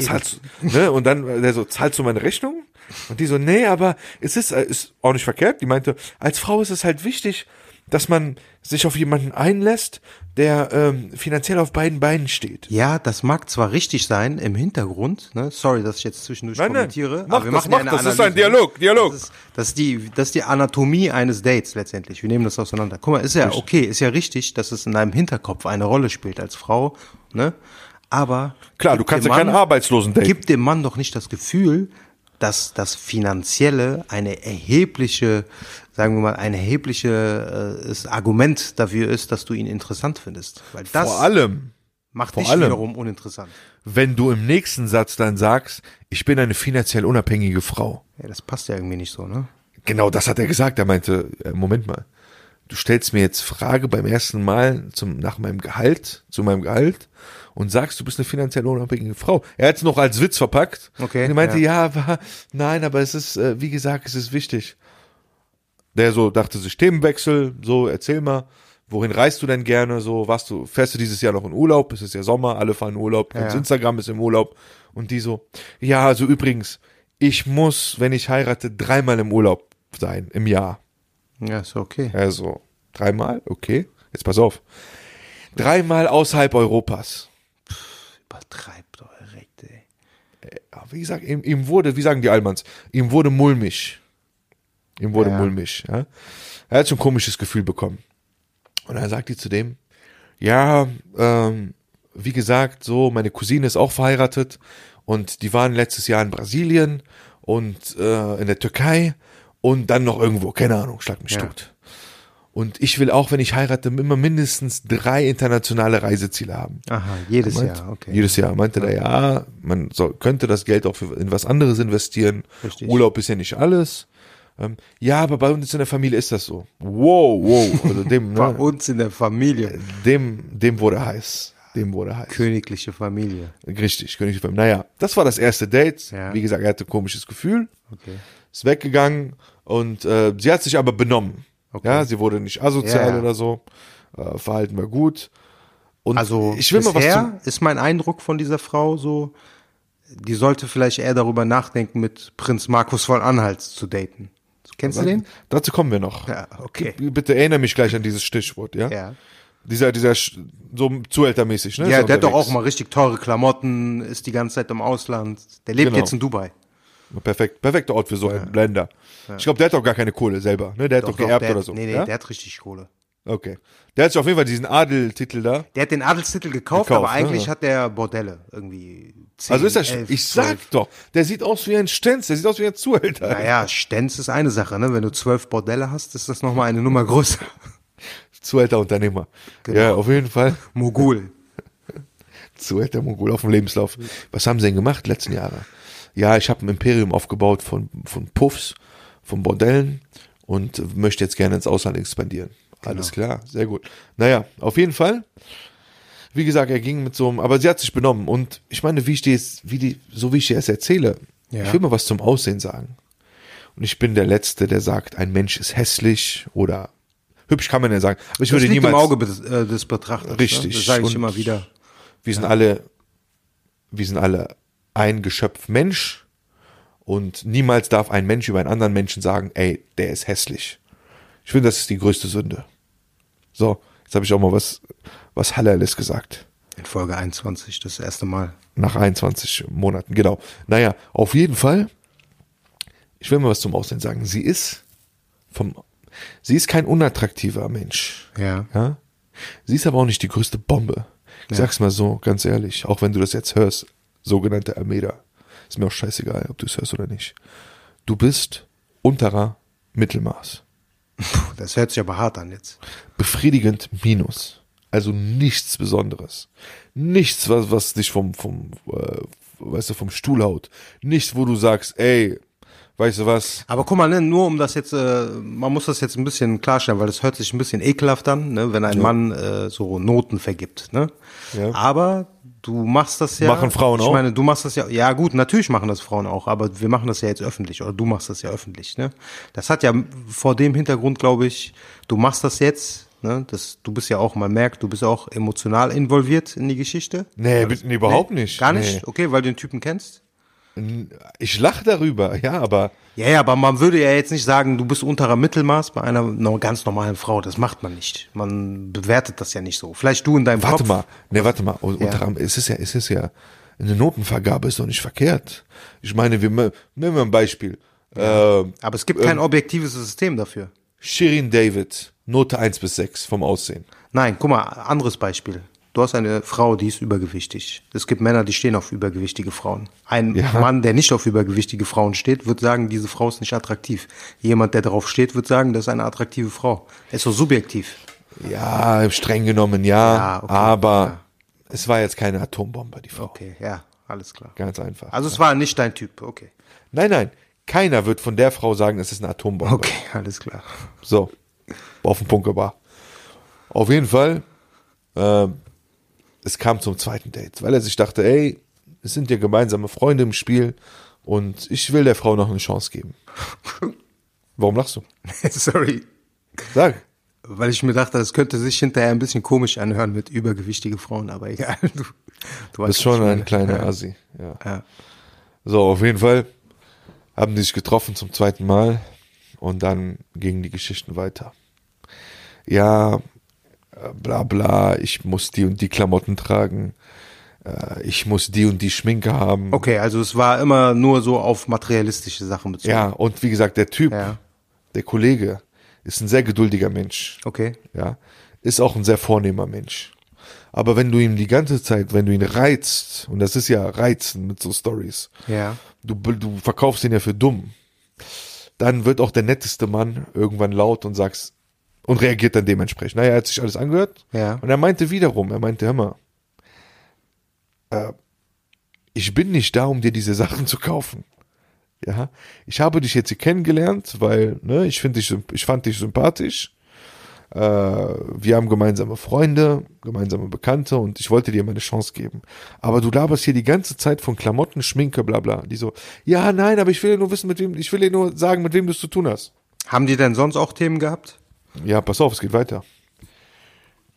A: Zahlst, du- ne? Und dann äh, der so, zahlst du meine Rechnung? Und die so, nee, aber es ist, äh, ist auch nicht verkehrt. Die meinte, als Frau ist es halt wichtig, dass man sich auf jemanden einlässt, der ähm, finanziell auf beiden Beinen steht.
B: Ja, das mag zwar richtig sein im Hintergrund, ne? sorry, dass ich jetzt zwischendurch
A: Nein, nein,
B: kommentiere,
A: mach
B: aber
A: das,
B: wir machen
A: mach
B: ja eine
A: das, das
B: Analyse.
A: ist ein Dialog, Dialog.
B: Das ist, das, ist die, das ist die Anatomie eines Dates letztendlich, wir nehmen das auseinander. Guck mal, ist ja okay, ist ja richtig, dass es in deinem Hinterkopf eine Rolle spielt als Frau, ne? aber
A: Klar, du
B: gib
A: kannst
B: dem
A: ja keinen
B: Mann-
A: Arbeitslosen daten.
B: Gib dem Mann doch nicht das Gefühl, dass das Finanzielle eine erhebliche, sagen wir mal, ein erhebliches Argument dafür ist, dass du ihn interessant findest. Weil das
A: Vor allem,
B: macht
A: vor
B: dich
A: allem.
B: wiederum uninteressant.
A: wenn du im nächsten Satz dann sagst, ich bin eine finanziell unabhängige Frau.
B: Ja, das passt ja irgendwie nicht so, ne?
A: Genau das hat er gesagt. Er meinte, äh, Moment mal, du stellst mir jetzt Frage beim ersten Mal zum, nach meinem Gehalt, zu meinem Gehalt und sagst, du bist eine finanziell unabhängige Frau. Er hat es noch als Witz verpackt.
B: Okay,
A: Und er meinte, ja,
B: ja.
A: aber, nein, aber es ist, äh, wie gesagt, es ist wichtig. Der so dachte sich, Themenwechsel, so, erzähl mal. Wohin reist du denn gerne? So, warst du, fährst du dieses Jahr noch in Urlaub? Es ist ja Sommer, alle fahren in Urlaub, ganz
B: Ja.
A: Instagram ist im Urlaub. Und die so, ja, also übrigens, ich muss, wenn ich heirate, dreimal im Urlaub sein, im Jahr.
B: Ja, ist okay.
A: Also, dreimal, okay. Jetzt pass auf. Dreimal außerhalb Europas.
B: Übertreibt eure Rechte, ey.
A: Ja, wie gesagt, ihm, ihm wurde, wie sagen die Allmanns, ihm wurde mulmig. Ihm wurde
B: Ja.
A: mulmig. Ja? Er hat so ein komisches Gefühl bekommen. Und dann sagt die zu dem, ja, ähm, wie gesagt, so, meine Cousine ist auch verheiratet und die waren letztes Jahr in Brasilien und äh, in der Türkei und dann noch irgendwo, keine Ahnung, schlag mich
B: Ja.
A: tot. Und ich will auch, wenn ich heirate, immer mindestens drei internationale Reiseziele haben.
B: Aha, jedes
A: Meint-
B: Jahr, okay.
A: Jedes Jahr meinte er ja, man soll, könnte das Geld auch für, in was anderes investieren.
B: Richtig.
A: Urlaub ist ja nicht alles. Ähm, ja, aber bei uns in der Familie ist das so. Wow, wow. Also dem,
B: Bei
A: ne,
B: uns in der Familie.
A: dem, dem wurde heiß. Dem wurde heiß.
B: Königliche Familie.
A: Richtig, König Wilhelm. Naja, das war das erste Date.
B: Ja.
A: Wie gesagt, er hatte ein komisches Gefühl,
B: Okay.
A: ist weggegangen und äh, sie hat sich aber benommen.
B: Okay.
A: Ja, sie wurde nicht asozial
B: Ja.
A: oder so. Äh, Verhalten war gut. Und
B: Also
A: ich will mal was
B: bisher
A: zum,
B: ist mein Eindruck von dieser Frau so, die sollte vielleicht eher darüber nachdenken, mit Prinz Markus von Anhalt zu daten. Kennst du den?
A: Dazu kommen wir noch.
B: Ja, okay.
A: Bitte erinnere mich gleich an dieses Stichwort, ja?
B: Ja.
A: Dieser, dieser, Sch- so Zuhältermäßig, ne?
B: Ja,
A: Ist
B: der hat doch
A: unterwegs.
B: auch mal richtig teure Klamotten, ist die ganze Zeit im Ausland. Der lebt
A: Genau.
B: jetzt in Dubai.
A: Perfekt, perfekter Ort für so einen Blender. Ich glaube, der hat doch gar keine Kohle selber, ne? Der hat doch, geerbt
B: der,
A: oder so.
B: Nee, nee,
A: ja?
B: der hat richtig Kohle.
A: okay. Der hat sich auf jeden Fall diesen Adeltitel da.
B: Der hat den Adelstitel gekauft,
A: Gekauft,
B: aber eigentlich
A: ne?
B: hat der Bordelle irgendwie 10,
A: Also ist er,
B: elf,
A: ich sag
B: 12.
A: doch, der sieht aus wie ein Stenz, der sieht aus wie ein Zuhälter.
B: Naja, Stenz ist eine Sache, ne? Wenn du zwölf Bordelle hast, ist das nochmal eine Nummer größer.
A: Zuhälter Unternehmer.
B: Genau.
A: Ja, auf jeden Fall.
B: Mogul.
A: Zuhälter Mogul auf dem Lebenslauf. Was haben sie denn gemacht letzten Jahre? Ja, ich habe ein Imperium aufgebaut von, von Puffs, von Bordellen und möchte jetzt gerne ins Ausland expandieren. Alles
B: Genau.
A: klar, sehr gut. Naja, auf jeden Fall. Wie gesagt, er ging mit so einem, aber sie hat sich benommen und ich meine, wie ich dir jetzt, wie die, so wie ich dir es erzähle,
B: Ja.
A: ich will mal was zum Aussehen sagen. Und ich bin der Letzte, der sagt, ein Mensch ist hässlich oder hübsch kann man ja sagen. Aber ich
B: Das
A: würde
B: liegt
A: niemals.
B: im Auge des, äh, des Betrachters. Ne?
A: Richtig.
B: Das sage ich
A: Und
B: immer wieder.
A: Wir sind alle, wir sind alle ein Geschöpf Mensch und niemals darf ein Mensch über einen anderen Menschen sagen, ey, der ist hässlich. Ich finde, das ist die größte Sünde. So, jetzt habe ich auch mal was, was Hallerles gesagt.
B: In Folge 21, das erste Mal.
A: Nach 21 Monaten, genau. Naja, auf jeden Fall, ich will mal was zum Aussehen sagen. Sie ist vom, sie ist kein unattraktiver Mensch.
B: Ja.
A: Ja? Sie ist aber auch nicht die größte Bombe. Ich sag's mal so, ganz ehrlich, auch wenn du das jetzt hörst, sogenannte Almeida, ist mir auch scheißegal, ob du es hörst oder nicht. Du bist unterer Mittelmaß.
B: Puh, das hört sich aber hart an jetzt.
A: Befriedigend minus. Also nichts Besonderes. Nichts, was, was dich vom, vom, äh, weißt du, vom Stuhl haut. Nicht, wo du sagst, ey, weißt du was,
B: Aber guck mal, ne, nur um das jetzt, äh, man muss das jetzt ein bisschen klarstellen, weil das hört sich ein bisschen ekelhaft an, ne, wenn ein Mann äh, so Noten vergibt. Ne?
A: Ja.
B: Aber du machst das ja.
A: Machen Frauen
B: ich
A: auch?
B: Ich meine, du machst das ja. Ja gut, natürlich machen das Frauen auch, aber wir machen das ja jetzt öffentlich oder du machst das ja öffentlich. Ne? Das hat ja vor dem Hintergrund, glaube ich, du machst das jetzt. Ne, das, du bist ja auch, man merkt, du bist auch emotional involviert in die Geschichte.
A: nee, bitte, nee überhaupt
B: Nee,
A: nicht.
B: Gar nicht?
A: Nee.
B: Okay, weil du den Typen kennst?
A: Ich lache darüber, ja, aber
B: Ja, ja, aber man würde ja jetzt nicht sagen, du bist unterer Mittelmaß bei einer no- ganz normalen Frau. Das macht man nicht. Man bewertet das ja nicht so. Vielleicht du in deinem
A: warte
B: Kopf.
A: mal, ne, warte mal, und unter, anderem, es ist ja, es ist ja, eine Notenvergabe ist doch nicht verkehrt. Ich meine, wir, nehmen wir ein Beispiel. Ähm,
B: Aber es gibt kein objektives System dafür.
A: Shirin David, Note 1 bis 6 vom Aussehen.
B: Nein, guck mal, anderes Beispiel. Du hast eine Frau, die ist übergewichtig. Es gibt Männer, die stehen auf übergewichtige Frauen. Ein
A: Ja.
B: Mann, der nicht auf übergewichtige Frauen steht, wird sagen, diese Frau ist nicht attraktiv. Jemand, der darauf steht, wird sagen, das ist eine attraktive Frau. Es ist so subjektiv.
A: Ja, streng genommen, ja,
B: Ja, okay,
A: aber es war jetzt keine Atombombe, die Frau.
B: Okay, ja, alles klar.
A: Ganz einfach.
B: Also es war nicht dein Typ, okay.
A: nein, nein, keiner wird von der Frau sagen, es ist eine Atombombe.
B: Okay, alles klar.
A: So, auf den Punkt gebracht. Auf jeden Fall, ähm, es kam zum zweiten Date, weil er sich dachte, ey, es sind ja gemeinsame Freunde im Spiel und ich will der Frau noch eine Chance geben. Warum lachst du?
B: Sorry.
A: Sag.
B: Weil ich mir dachte, das könnte sich hinterher ein bisschen komisch anhören mit übergewichtige Frauen, aber egal. Du, du weißt
A: Bist schon
B: was ich
A: ein
B: meine.
A: kleiner Assi. Ja.
B: Ja.
A: So, auf jeden Fall haben die sich getroffen zum zweiten Mal und dann gingen die Geschichten weiter. Ja, äh, bla bla, ich muss die und die Klamotten tragen, äh, ich muss die und die Schminke haben.
B: Okay, also es war immer nur so auf materialistische Sachen bezogen.
A: Ja, und wie gesagt, der Typ,
B: Ja.
A: der Kollege, ist ein sehr geduldiger Mensch.
B: Okay.
A: Ja, ist auch ein sehr vornehmer Mensch. Aber wenn du ihm die ganze Zeit, wenn du ihn reizt, und das ist ja reizen mit so Stories,
B: Ja.
A: du, du verkaufst ihn ja für dumm, dann wird auch der netteste Mann irgendwann laut und sagst und reagiert dann dementsprechend. Naja, er hat sich alles angehört.
B: Ja.
A: Und er meinte wiederum, er meinte, hör mal, äh, ich bin nicht da, um dir diese Sachen zu kaufen. Ja, ich habe dich jetzt hier kennengelernt, weil ne, ich finde dich, symp- ich fand dich sympathisch. Äh, wir haben gemeinsame Freunde, gemeinsame Bekannte und ich wollte dir meine Chance geben. Aber du laberst hier die ganze Zeit von Klamotten, Schminke, bla bla. Die so, ja, nein, aber ich will ja nur wissen, mit wem, ich will dir nur sagen, mit wem du es zu tun hast.
B: Haben die denn sonst auch Themen gehabt?
A: Ja, pass auf, es geht weiter.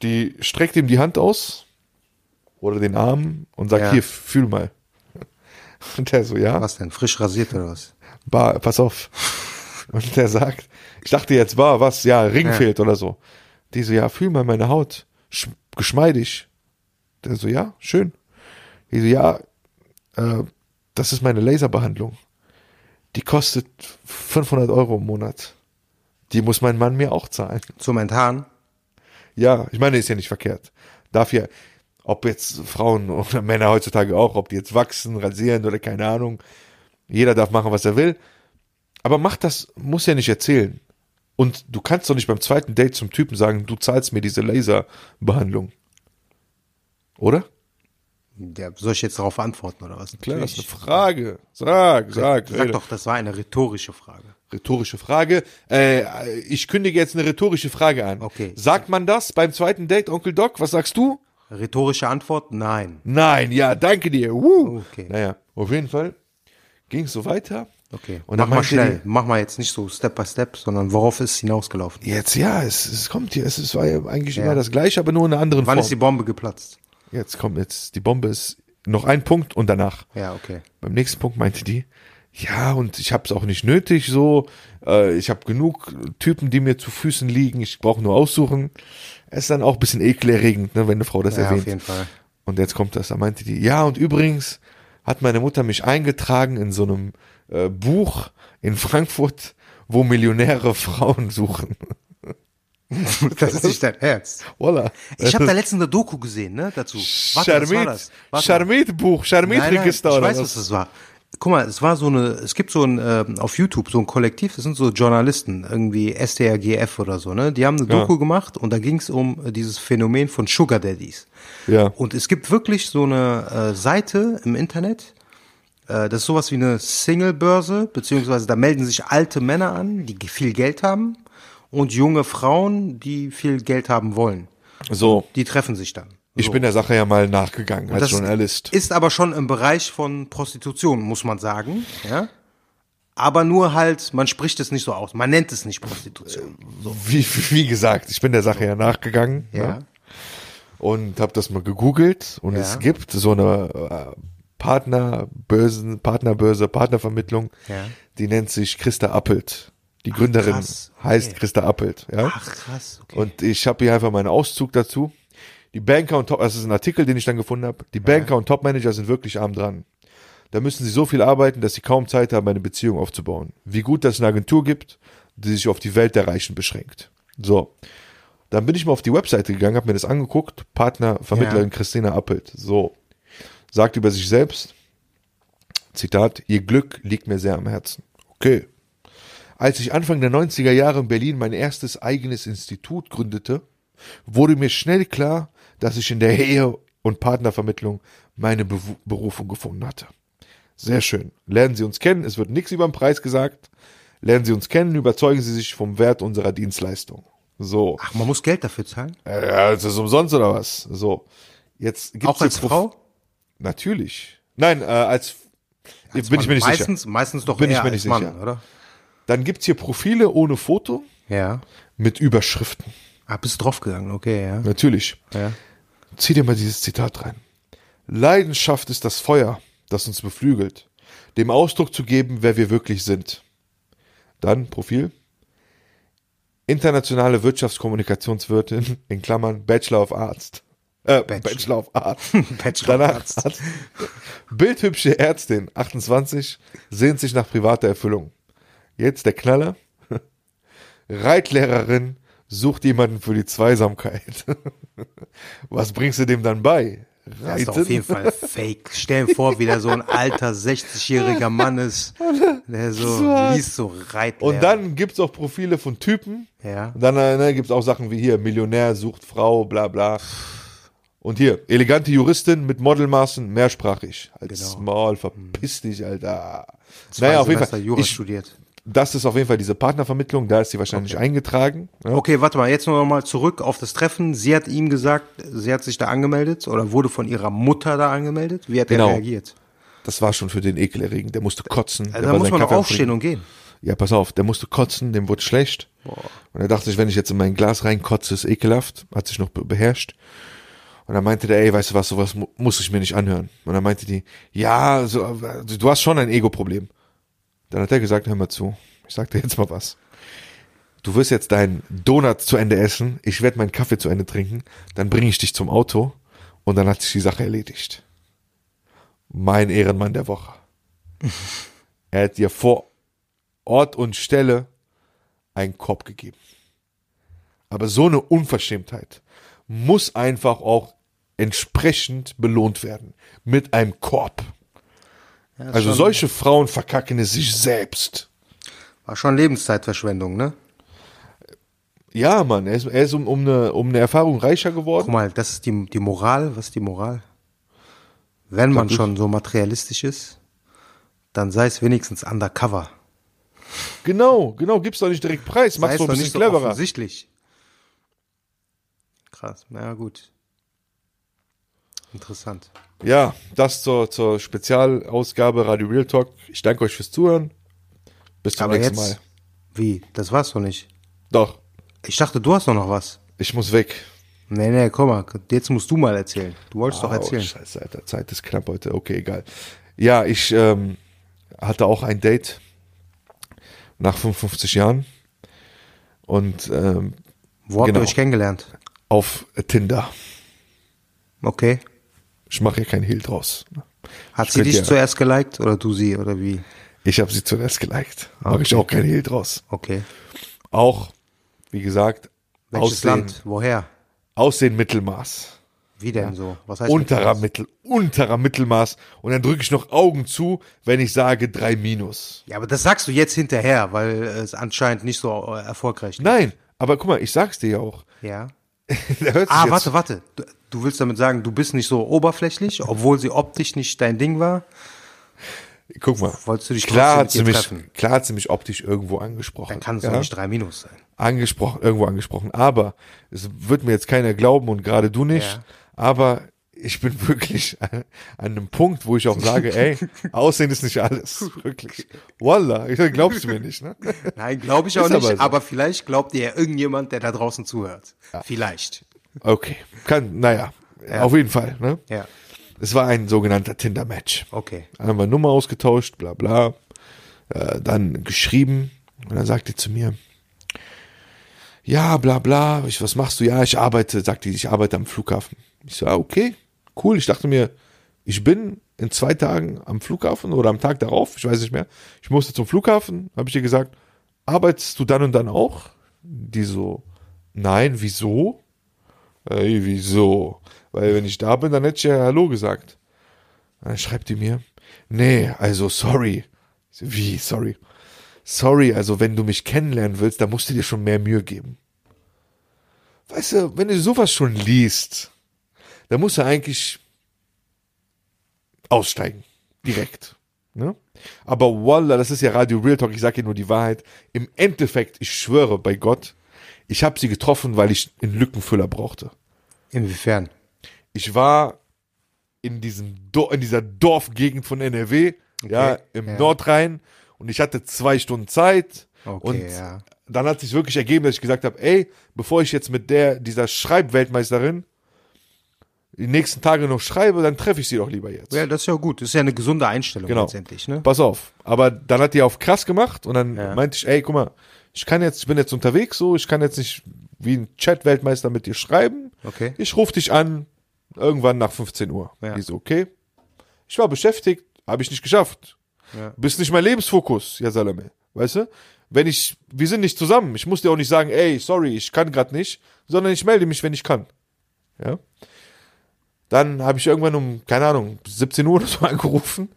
A: Die streckt ihm die Hand aus oder den Arm und sagt,
B: Ja.
A: hier, fühl mal. Und der so, ja.
B: Was denn? Frisch rasiert oder was?
A: Bar, pass auf. Und der sagt, ich dachte jetzt war was, ja, Ring
B: Ja.
A: fehlt oder so. Die so, ja, fühl mal meine Haut, sch geschmeidig. Der so, ja, schön. Die so, ja, äh, das ist meine Laserbehandlung. Die kostet 500 Euro im Monat. Die muss mein Mann mir auch zahlen.
B: Zum Enthaaren?
A: Ja, ich meine, ist ja nicht verkehrt. Darf ja, ob jetzt Frauen oder Männer heutzutage auch, ob die jetzt wachsen, rasieren oder keine Ahnung. Jeder darf machen, was er will. Aber mach das, muss ja nicht erzählen. Und du kannst doch nicht beim zweiten Date zum Typen sagen, du zahlst mir diese Laserbehandlung. Oder?
B: Ja, soll ich jetzt darauf antworten oder was?
A: das ist eine
B: Natürlich.
A: Frage. Sag, sag,
B: Sag doch, das war eine rhetorische Frage.
A: Rhetorische Frage. Äh, ich kündige jetzt eine rhetorische Frage an.
B: Okay.
A: Sagt man das beim zweiten Date, Onkel Doc? Was sagst du?
B: Rhetorische Antwort? Nein.
A: Nein, ja, danke dir. Woo.
B: Okay.
A: Naja, auf jeden Fall ging es so weiter.
B: Okay.
A: Und dann
B: mach mal
A: meinte
B: schnell. Mach mal jetzt nicht so Step by Step, sondern worauf ist es hinausgelaufen?
A: Die, jetzt, ja, es, es kommt hier. Es, es war ja eigentlich
B: Ja.
A: immer das gleiche, aber nur in einer anderen
B: Wann ist die
A: Form.
B: Bombe geplatzt?
A: jetzt kommt jetzt, die Bombe ist noch ein Punkt und danach.
B: Ja, okay.
A: Beim nächsten Punkt meinte die, ja, und ich habe es auch nicht nötig so. Äh, ich habe genug Typen, die mir zu Füßen liegen. Ich brauche nur aussuchen. Es ist dann auch ein bisschen ekelerregend, ne, wenn eine Frau das
B: Ja,
A: erwähnt.
B: auf jeden Fall.
A: Und jetzt kommt das, da meinte die, ja, und übrigens hat meine Mutter mich eingetragen in so einem äh, Buch in Frankfurt, wo Millionäre Frauen suchen.
B: Das ist nicht dein Ernst.
A: Voila.
B: Ich habe da letztens eine Doku gesehen, ne, dazu. Warte, was war das? Warte.
A: Charmit-Buch,
B: Nein, nein, Ich
A: Charmit-Register oder
B: weiß, was
A: was?
B: das war. Guck mal, es war so eine, es gibt so ein, ähm, auf YouTube so ein Kollektiv, das sind so Journalisten, irgendwie SDRGF oder so, ne? Die haben eine Doku gemacht und da ging es um äh, dieses Phänomen von Sugar Daddies.
A: Ja.
B: Und es gibt wirklich so eine äh, Seite im Internet, Äh, Das ist sowas wie eine Single-Börse, beziehungsweise da melden sich alte Männer an, die viel Geld haben, und junge Frauen, die viel Geld haben wollen.
A: So,
B: Die treffen sich dann.
A: ich bin der Sache ja mal nachgegangen als
B: Das
A: Journalist.
B: Ist aber schon im Bereich von Prostitution, muss man sagen. Ja? Aber nur halt, man spricht es nicht so aus. Man nennt es nicht Prostitution.
A: Wie, wie gesagt, ich bin der Sache ja nachgegangen
B: Ja.
A: ne? und habe das mal gegoogelt und
B: Ja.
A: es gibt so eine äh, Partnerbörsen, Partnerbörse, Partnervermittlung,
B: Ja.
A: die nennt sich Christa Appelt. Die Gründerin
B: krass, okay.
A: heißt Christa Appelt. Ja?
B: Ach krass, okay.
A: Und ich habe hier einfach meinen Auszug dazu. Die Banker und Top, das ist ein Artikel, den ich dann gefunden habe. Die Banker und Topmanager sind wirklich arm dran. Da müssen sie so viel arbeiten, dass sie kaum Zeit haben, eine Beziehung aufzubauen. Wie gut, dass es eine Agentur gibt, die sich auf die Welt der Reichen beschränkt. So. Dann bin ich mal auf die Webseite gegangen, habe mir das angeguckt. Partner, Vermittlerin
B: Ja.
A: Christina Appelt. So. Sagt über sich selbst, Zitat, ihr Glück liegt mir sehr am Herzen. Okay. Als ich Anfang der 90er Jahre in Berlin mein erstes eigenes Institut gründete, wurde mir schnell klar, dass ich in der Ehe und Partnervermittlung meine Bewu- Berufung gefunden hatte. Sehr schön. Lernen Sie uns kennen, es wird nichts über den Preis gesagt. Lernen Sie uns kennen, überzeugen Sie sich vom Wert unserer Dienstleistung. So.
B: Ach, man muss Geld dafür zahlen?
A: Äh, ist das umsonst oder was? So. Jetzt gibt's
B: Auch
A: hier
B: als
A: Prof-
B: Frau?
A: Natürlich. Nein, äh, als, bin ich mir nicht sicher.
B: meistens, Meistens doch
A: Bin ich
B: eher
A: mir
B: als
A: nicht
B: Mann,
A: sicher.
B: oder?
A: Dann gibt's hier Profile ohne Foto
B: Ja.
A: mit Überschriften.
B: Ah, bist draufgegangen, okay, ja.
A: Natürlich.
B: ja.
A: Zieh dir mal dieses Zitat rein. Leidenschaft ist das Feuer, das uns beflügelt, dem Ausdruck zu geben, wer wir wirklich sind. Dann Profil. Internationale Wirtschaftskommunikationswirtin in Klammern Bachelor of Arzt. Äh, Bachelor. of Arts.
B: Bachelor of
A: Danach
B: Arts.
A: Arzt. Bildhübsche Ärztin, 28, sehnt sich nach privater Erfüllung. Jetzt der Knaller. Reitlehrerin sucht jemanden für die Zweisamkeit. Was bringst du dem dann bei?
B: Das ist doch auf jeden Fall fake. Stell dir vor, wie der so ein alter 60-jähriger Mann ist, der so liest so reit.
A: Und dann gibt's auch Profile von Typen.
B: Ja.
A: Und dann äh, ne, gibt's auch Sachen wie hier, Millionär sucht Frau, bla bla. Und hier, elegante Juristin mit Modelmaßen, mehrsprachig. Als
B: Genau.
A: Maul, verpiss dich, Alter.
B: Zwei
A: naja, auf jeden
B: Semester
A: Fall.
B: Jura
A: Ich,
B: studiert.
A: das ist auf jeden Fall diese Partnervermittlung, da ist sie wahrscheinlich eingetragen. Ja.
B: Okay, warte mal, jetzt noch mal zurück auf das Treffen. Sie hat ihm gesagt, sie hat sich da angemeldet oder wurde von ihrer Mutter da angemeldet. Wie hat
A: Genau.
B: er reagiert?
A: Das war schon für den ekelerregend, der musste kotzen.
B: Also
A: der
B: da
A: war
B: muss
A: seinen
B: man auch
A: Kaffee am
B: aufstehen
A: Trinken.
B: und gehen.
A: Ja, pass auf, der musste kotzen, dem wurde schlecht. Und er dachte sich, wenn ich jetzt in mein Glas reinkotze, ist ekelhaft. Hat sich noch be- beherrscht. Und dann meinte der, ey, weißt du was, sowas mu muss ich mir nicht anhören. Und dann meinte die, ja, so, äh, du hast schon ein Ego-Problem. Dann hat er gesagt, hör mal zu, ich sag dir jetzt mal was. Du wirst jetzt deinen Donut zu Ende essen, ich werde meinen Kaffee zu Ende trinken, dann bringe ich dich zum Auto und dann hat sich die Sache erledigt. Mein Ehrenmann der Woche. er hat dir vor Ort und Stelle einen Korb gegeben. Aber so eine Unverschämtheit muss einfach auch entsprechend belohnt werden. Mit einem Korb.
B: Ja, ist
A: Also
B: schon,
A: solche Frauen verkacken es sich selbst.
B: war schon Lebenszeitverschwendung, ne?
A: Ja, Mann, er ist, er ist um, um, eine, um eine Erfahrung reicher
B: Guck
A: geworden.
B: mal, das ist die, die Moral. Was ist die Moral? Wenn man schon so materialistisch ist, dann sei es wenigstens undercover.
A: Genau, genau, gibst doch nicht direkt Preis, machst
B: Sei
A: du
B: es
A: ein
B: doch
A: bisschen
B: nicht so
A: cleverer.
B: offensichtlich. Krass, na gut. Interessant.
A: Ja, das zur, zur Spezialausgabe Radio Real Talk. Ich danke euch fürs Zuhören. Bis zum
B: Aber
A: nächsten
B: jetzt,
A: Mal.
B: wie? Das war's doch nicht.
A: Doch,
B: Ich dachte, du hast doch noch was.
A: ich muss weg.
B: Nee, nee, komm mal, jetzt musst du mal erzählen. Du wolltest doch
A: Au,
B: erzählen.
A: Oh, Scheiße, Alter, Zeit ist knapp heute. Okay, egal. Ja, ich ähm, hatte auch ein Date nach 55 Jahren und ähm,
B: Wo habt
A: Genau.
B: ihr euch kennengelernt?
A: auf Tinder.
B: Okay.
A: Ich mache hier keinen Hehl draus.
B: Hat
A: Ich
B: sie
A: könnt
B: dich
A: ja-
B: zuerst geliked oder du sie oder wie?
A: Ich habe sie zuerst geliked.
B: Ah,
A: Mache ich auch keinen Hehl draus.
B: Okay.
A: Auch, wie gesagt,
B: Welches
A: Aussehen,
B: Land? Woher?
A: Aussehen Mittelmaß.
B: Wie denn so? Was heißt
A: unterer
B: Mittelmaß?
A: Mittel, unterer Mittelmaß. Und dann drücke ich noch Augen zu, wenn ich sage drei Minus.
B: Ja, aber das sagst du jetzt hinterher, weil es anscheinend nicht so äh, erfolgreich ist.
A: Nein, aber guck mal, ich sag's dir ja auch.
B: Ja.
A: Der hört sich
B: Ah,
A: jetzt
B: warte, warte. Du, du willst damit sagen, du bist nicht so oberflächlich, obwohl sie optisch nicht dein Ding war?
A: Guck mal.
B: Wolltest du dich
A: klar
B: trotzdem
A: hat sie
B: mit ihr
A: mich,
B: treffen?
A: klar hat sie mich optisch irgendwo angesprochen.
B: Dann kann es
A: ja?
B: doch nicht drei Minus sein.
A: angesprochen, irgendwo angesprochen. Aber es wird mir jetzt keiner glauben und gerade du nicht.
B: Ja.
A: Aber ich bin wirklich an, an einem Punkt, wo ich auch sage, ey, Aussehen ist nicht alles. Wirklich. Wallah, ich sag, glaubst du mir nicht, ne?
B: Nein, glaube ich auch
A: Ist
B: nicht,
A: aber
B: aber,
A: so.
B: vielleicht glaubt ihr ja irgendjemand, der da draußen zuhört. Vielleicht.
A: Okay. Kann, naja,
B: Ja.
A: auf jeden Fall, ne?
B: Ja.
A: Es war ein sogenannter Tinder-Match.
B: Okay.
A: Dann haben wir Nummer ausgetauscht, bla bla. Äh, dann geschrieben und dann sagt die zu mir, ja, bla bla, ich, was machst du? Ja, ich arbeite, sagt die, ich arbeite am Flughafen. Ich so, ah, okay, cool. Ich dachte mir, ich bin in zwei Tagen am Flughafen oder am Tag darauf, ich weiß nicht mehr. Ich musste zum Flughafen, habe ich ihr gesagt, arbeitest du dann und dann auch? Die so, nein, wieso? Ey, Äh, wieso? Weil wenn ich da bin, dann hätte ich ja Hallo gesagt. Und Dann schreibt die mir, nee, also sorry. Ich so, Wie, sorry? Sorry, also wenn du mich kennenlernen willst, dann musst du dir schon mehr Mühe geben. Weißt du, wenn du sowas schon liest, dann musst du eigentlich aussteigen. Direkt. Ne? Aber Wallah, das ist ja Radio Real Talk, ich sage dir nur die Wahrheit. Im Endeffekt, ich schwöre bei Gott, ich habe sie getroffen, weil ich einen Lückenfüller brauchte
B: Inwiefern?
A: ich war in diesem Dor in dieser Dorfgegend von NRW, ja, im
B: ja.
A: Nordrhein und ich hatte zwei Stunden Zeit
B: Okay,
A: und
B: ja.
A: dann hat sich wirklich ergeben, dass ich gesagt habe, ey, bevor ich jetzt mit der dieser Schreibweltmeisterin die nächsten Tage noch schreibe, dann treffe ich sie doch lieber jetzt.
B: Ja, das ist ja gut. Das ist ja eine gesunde Einstellung
A: Genau.
B: letztendlich, ne?
A: Pass auf. Aber dann hat die auf krass gemacht und dann
B: Ja.
A: meinte ich, ey, guck mal, ich kann jetzt, ich bin jetzt unterwegs so, ich kann jetzt nicht wie ein Chat-Weltmeister mit dir schreiben.
B: Okay.
A: Ich rufe dich an, irgendwann nach 15 Uhr.
B: Ja.
A: Die so, okay. Ich war beschäftigt, habe ich nicht geschafft.
B: Ja.
A: Bist nicht mein Lebensfokus, ja Salame. Weißt du? Wenn ich, wir sind nicht zusammen. Ich muss dir auch nicht sagen, ey, sorry, ich kann gerade nicht, sondern ich melde mich, wenn ich kann. Ja. Dann habe ich irgendwann um, keine Ahnung, 17 Uhr oder so angerufen.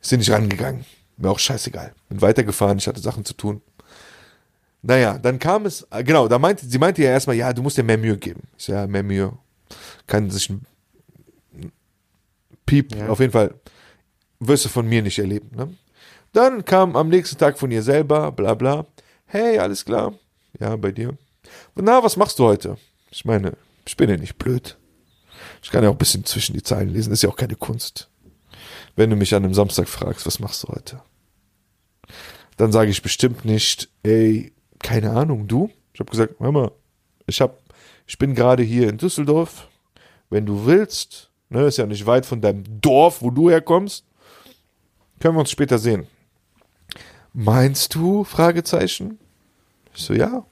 A: Sind nicht rangegangen. Mir auch scheißegal. Bin weitergefahren, ich hatte Sachen zu tun. Naja, dann kam es, äh, genau, da meinte, sie meinte ja erstmal, ja, du musst dir mehr Mühe geben. Ich so, ja, mehr Mühe. Kann sich ein Piep,
B: Ja.
A: auf jeden Fall, wirst du von mir nicht erleben. Ne? Dann kam am nächsten Tag von ihr selber, bla bla. Hey, alles klar? Ja, bei dir. Na, was machst du heute? Ich meine, ich bin ja nicht blöd. Ich kann ja auch ein bisschen zwischen die Zeilen lesen, ist ja auch keine Kunst. Wenn du mich an einem Samstag fragst, was machst du heute? Dann sage ich bestimmt nicht, ey, keine Ahnung, du? Ich habe gesagt, hör mal, ich, hab, ich bin gerade hier in Düsseldorf. Wenn du willst, ne, ist ja nicht weit von deinem Dorf, wo du herkommst, können wir uns später sehen. Meinst du? Fragezeichen. Ich so, ja.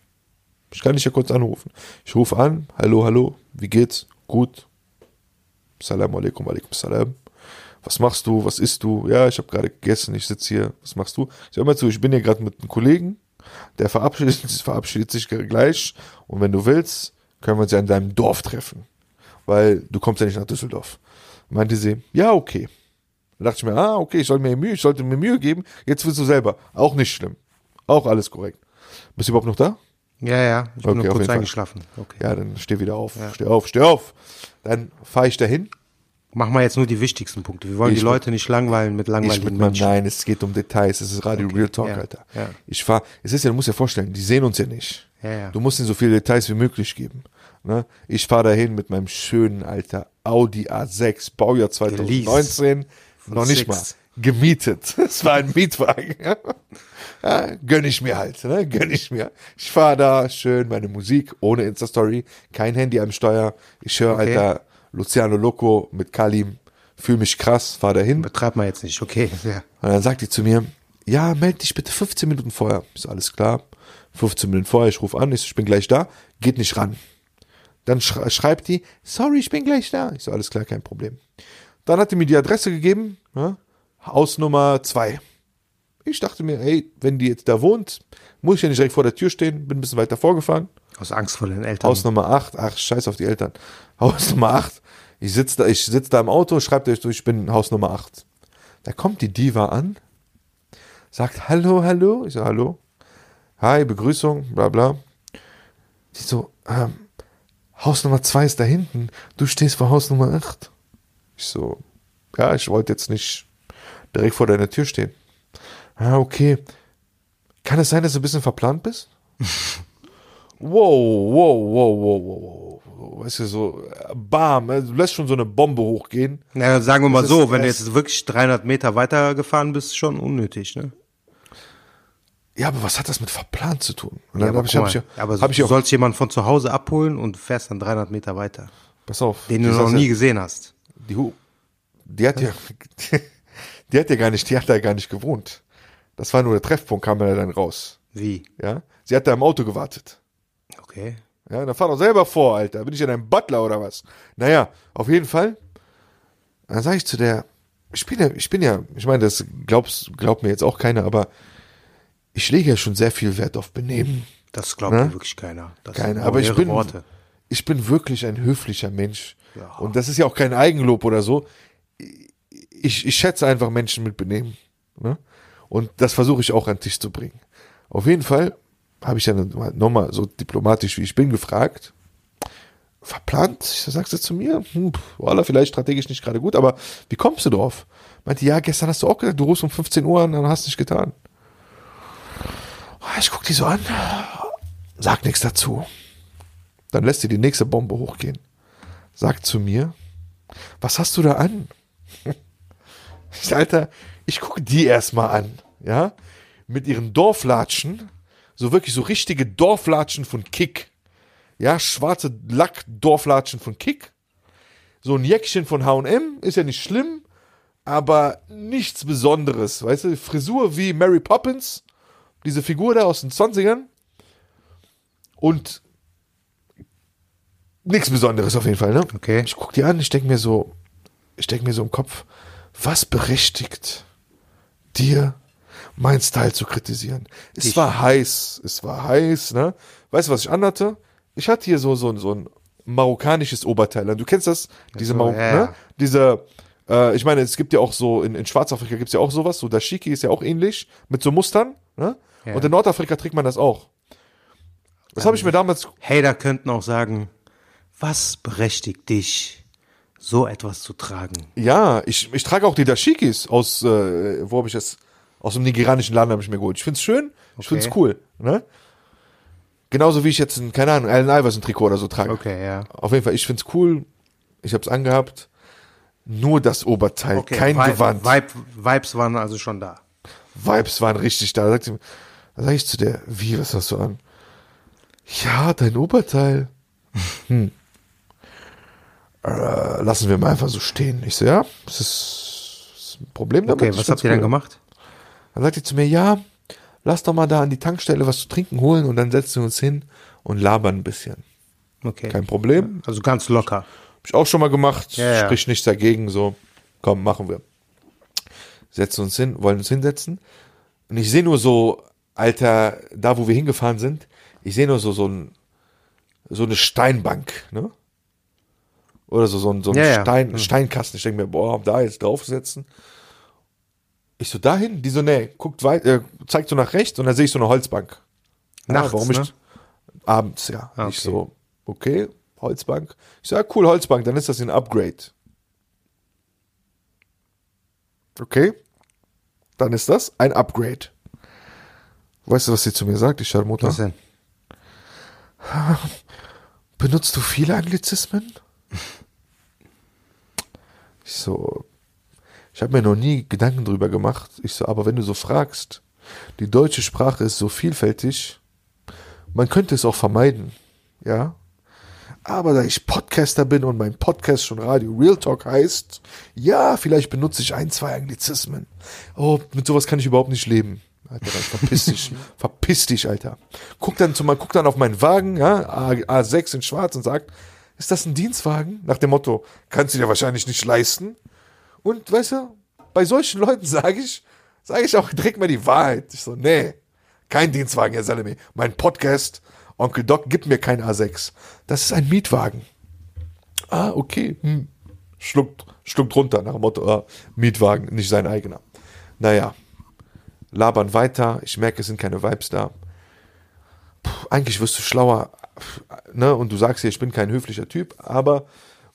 A: Ich kann dich ja kurz anrufen. Ich rufe an, hallo, hallo, wie geht's? Gut. Salam alaikum, alaikum salam. Was machst du? Was isst du? Ja, ich habe gerade gegessen, ich sitze hier. Was machst du? Ich sag mal zu, ich bin hier gerade mit einem Kollegen, der verabschiedet, verabschiedet sich gleich. Und wenn du willst, können wir uns ja in deinem Dorf treffen. Weil du kommst ja nicht nach Düsseldorf. Meinte sie, ja, okay. Da dachte ich mir, ah, okay, ich sollte mir Mühe, ich sollte mir Mühe geben. Jetzt willst du selber. Auch nicht schlimm. Auch alles korrekt. Bist du überhaupt noch da?
B: Ja, ja. Ich
A: Okay,
B: bin
A: auf
B: nur
A: jeden
B: kurz
A: Fall.
B: eingeschlafen. Okay.
A: Ja, dann steh wieder auf. Steh auf, steh auf. Dann fahre ich dahin.
B: Machen wir jetzt nur die wichtigsten Punkte. Wir wollen
A: Ich
B: die Leute nicht langweilen mit
A: Ich
B: langweiligen
A: mit meinem,
B: Menschen.
A: nein, es geht um Details. Es ist Radio Real Talk,
B: ja,
A: Alter.
B: ja.
A: Ich fahr, es ist ja, du musst dir vorstellen, die sehen uns ja nicht.
B: Ja, ja.
A: Du musst ihnen so viele Details wie möglich geben. Ne? Ich fahre dahin mit meinem schönen, alter Audi A6, Baujahr 2019. Noch nicht
B: Six.
A: mal. Gemietet. Es war ein Mietwagen. ja, gönn ich mir halt, ne? gönn ich mir. Ich fahre da schön meine Musik ohne Insta-Story, kein Handy am Steuer. Ich höre,
B: Okay.
A: alter, Luciano Loco mit Kalim. Fühl mich krass, fahr dahin.
B: Betreibt man jetzt nicht. Okay. Ja.
A: Und dann sagt die zu mir, ja, melde dich bitte 15 Minuten vorher. Ist alles klar. 15 Minuten vorher, ich rufe an, ich, so, ich bin gleich da, geht nicht ran. Dann schre- schreibt die, sorry, ich bin gleich da. Ich so, alles klar, kein Problem. Dann hat die mir die Adresse gegeben, ja, Hausnummer 2. Ich dachte mir, ey, wenn die jetzt da wohnt, muss ich ja nicht direkt vor der Tür stehen, bin ein bisschen weiter vorgefahren.
B: Aus Angst vor den Eltern.
A: Haus Nummer 8, ach, scheiß auf die Eltern. Haus Nummer 8. Ich sitze da, ich sitz da im Auto, schreibt euch durch, ich bin Haus Nummer 8. Da kommt die Diva an, sagt Hallo, hallo. Ich so, Hallo. Hi, Begrüßung, bla bla. Die so, ähm, Haus Nummer 2 ist da hinten, du stehst vor Haus Nummer 8. Ich so, ja, ich wollte jetzt nicht direkt vor deiner Tür stehen. Ah, okay. Kann es sein, dass du ein bisschen verplant bist? wow, wow, wow, wow, wow, wow. Weißt du, so, äh, bam, äh, du lässt schon so eine Bombe hochgehen.
B: Naja, sagen wir mal
A: Das
B: so,
A: ist
B: wenn du
A: erst-
B: jetzt wirklich 300 Meter weiter gefahren bist, schon unnötig, ne?
A: Ja, aber was hat das mit verplant zu tun? Und
B: Ja,
A: dann
B: aber
A: habe ich,
B: guck
A: hab ich,
B: mal, aber
A: hab ich
B: du
A: auch,
B: sollst jemanden von zu Hause abholen und fährst dann 300 Meter weiter,
A: pass auf.
B: den du
A: die
B: noch
A: saß ja-
B: nie gesehen hast.
A: Die, Hu- die hat ja, die hat ja gar nicht, die hat da gar nicht gewohnt. Das war nur der Treffpunkt, kam ja dann raus.
B: Wie?
A: Ja, sie hat da im Auto gewartet.
B: Okay.
A: Ja, dann fahr doch selber vor, Alter. Bin ich ja dein Butler oder was? Naja, auf jeden Fall. Dann sage ich zu der, ich bin ja, ich bin ja, ich meine, das glaubst, glaubt mir jetzt auch keiner, aber ich lege ja schon sehr viel Wert auf Benehmen.
B: Das glaubt
A: Ne?
B: mir wirklich keiner. Das sind
A: Keine, aber ich
B: leere
A: bin,
B: Worte.
A: ich bin wirklich ein höflicher Mensch.
B: Ja.
A: Und das ist ja auch kein Eigenlob oder so. Ich, ich schätze einfach Menschen mit Benehmen. Ne? Und das versuche ich auch an den Tisch zu bringen. Auf jeden Fall habe ich dann nochmal so diplomatisch wie ich bin gefragt. Verplant, sagst du zu mir? Hm, pf, Walla, vielleicht strategisch nicht gerade gut, aber wie kommst du drauf? Meinte, ja, gestern hast du auch gesagt, du rufst um 15 Uhr an und hast nicht getan. Ah, Ich guck die so an, sag nichts dazu. Dann lässt sie die nächste Bombe hochgehen. Sagt zu mir, was hast du da an? Ich sag, Alter, ich gucke die erstmal an, ja? Mit ihren Dorflatschen, so wirklich so richtige Dorflatschen von Kick. Ja, schwarze Lack-Dorflatschen von Kick. So ein Jäckchen von H&M, ist ja nicht schlimm, aber nichts Besonderes, weißt du? Frisur wie Mary Poppins, diese Figur da aus den 20ern. Und nichts Besonderes auf jeden Fall, ne?
B: Okay.
A: Ich guck die an, ich denk mir so, ich denk mir so im Kopf, was berechtigt dir mein Style zu kritisieren? Es war heiß, es war heiß, ne? Weißt du, was ich anhatte? Ich hatte hier so, so, so ein marokkanisches Oberteil an. Du kennst das? Diese
B: so,
A: Marok
B: ja,
A: ne?
B: ja.
A: Diese, äh, ich meine, es gibt ja auch so, in, in Schwarzafrika gibt's ja auch sowas, so Dashiki ist ja auch ähnlich, mit so Mustern, ne?
B: Ja.
A: Und in Nordafrika trägt man das auch. Das habe ich mir damals
B: Hater könnten auch sagen, was berechtigt dich, so etwas zu tragen?
A: Ja, ich, ich trage auch die Dashikis aus, äh, wo habe ich das? Aus dem nigeranischen Laden habe ich mir geholt. Ich find's schön, ich
B: Okay.
A: find's cool. Ne? Genauso wie ich jetzt, ein, keine Ahnung, Allen Iverson-Trikot oder so trage.
B: Okay, ja.
A: Auf jeden Fall, ich find's cool. Ich hab's angehabt. Nur das Oberteil,
B: Okay,
A: kein
B: Vi-
A: Gewand.
B: Vibe, Vibes waren also schon da.
A: Vibes waren richtig da. Da, sagt sie, mir- da sag ich zu der, wie, was hast du an? Ja, dein Oberteil. Hm. Äh, lassen wir mal einfach so stehen. Ich so, ja, das ist, ist ein Problem damit.
B: Okay,
A: Ich
B: was
A: find's
B: habt ihr
A: cool.
B: dann gemacht?
A: Dann sagt die zu mir, ja, lass doch mal da an die Tankstelle was zu trinken holen und dann setzen wir uns hin und labern ein bisschen.
B: Okay.
A: Kein Problem.
B: Also ganz locker.
A: Hab ich auch schon mal gemacht.
B: Ja, ja.
A: Sprich nichts dagegen. So, komm, machen wir. Setzen uns hin, wollen uns hinsetzen. Und ich sehe nur so, Alter, da wo wir hingefahren sind, ich sehe nur so, so, ein, so eine Steinbank, ne? Oder so, so ein, so ein
B: Ja, Hm. ja.
A: Stein, Steinkasten. Ich denke mir, boah, da jetzt draufsetzen. Ich so, dahin? Die so, nee, guckt weit, äh, zeigt so nach rechts und dann sehe ich so eine Holzbank. Ja,
B: Nachts,
A: warum
B: ne?
A: ich, Abends, ja.
B: Ah,
A: Ich
B: okay.
A: so, okay, Holzbank. Ich so, ja, cool, Holzbank, dann ist das ein Upgrade. Okay, dann ist das ein Upgrade. Weißt du, was sie zu mir sagt, die Schallmutter?
B: Was denn?
A: Benutzt du viele Anglizismen? ich so, ich habe mir noch nie Gedanken drüber gemacht. Ich so, aber wenn du so fragst, die deutsche Sprache ist so vielfältig, man könnte es auch vermeiden, ja. Aber da ich Podcaster bin und mein Podcast schon Radio Real Talk heißt, ja, vielleicht benutze ich ein, zwei Anglizismen. Oh, mit sowas kann ich überhaupt nicht leben. Alter, dann verpiss dich, verpiss dich, Alter. Guck dann zum, guck dann auf meinen Wagen, ja, A, A6 in schwarz und sagt, ist das ein Dienstwagen? Nach dem Motto, kannst du dir wahrscheinlich nicht leisten. Und weißt du, bei solchen Leuten sage ich, sage ich auch direkt mal die Wahrheit. Ich so, nee, kein Dienstwagen, Herr Salome. Mein Podcast, Onkel Doc, gibt mir kein A6. Das ist ein Mietwagen. Ah, okay. Hm. Schluckt, schluckt runter nach dem Motto, ah, Mietwagen, nicht sein eigener. Naja, labern weiter. Ich merke, es sind keine Vibes da. Puh, eigentlich wirst du schlauer, pf, ne? Und du sagst hier, ich bin kein höflicher Typ, aber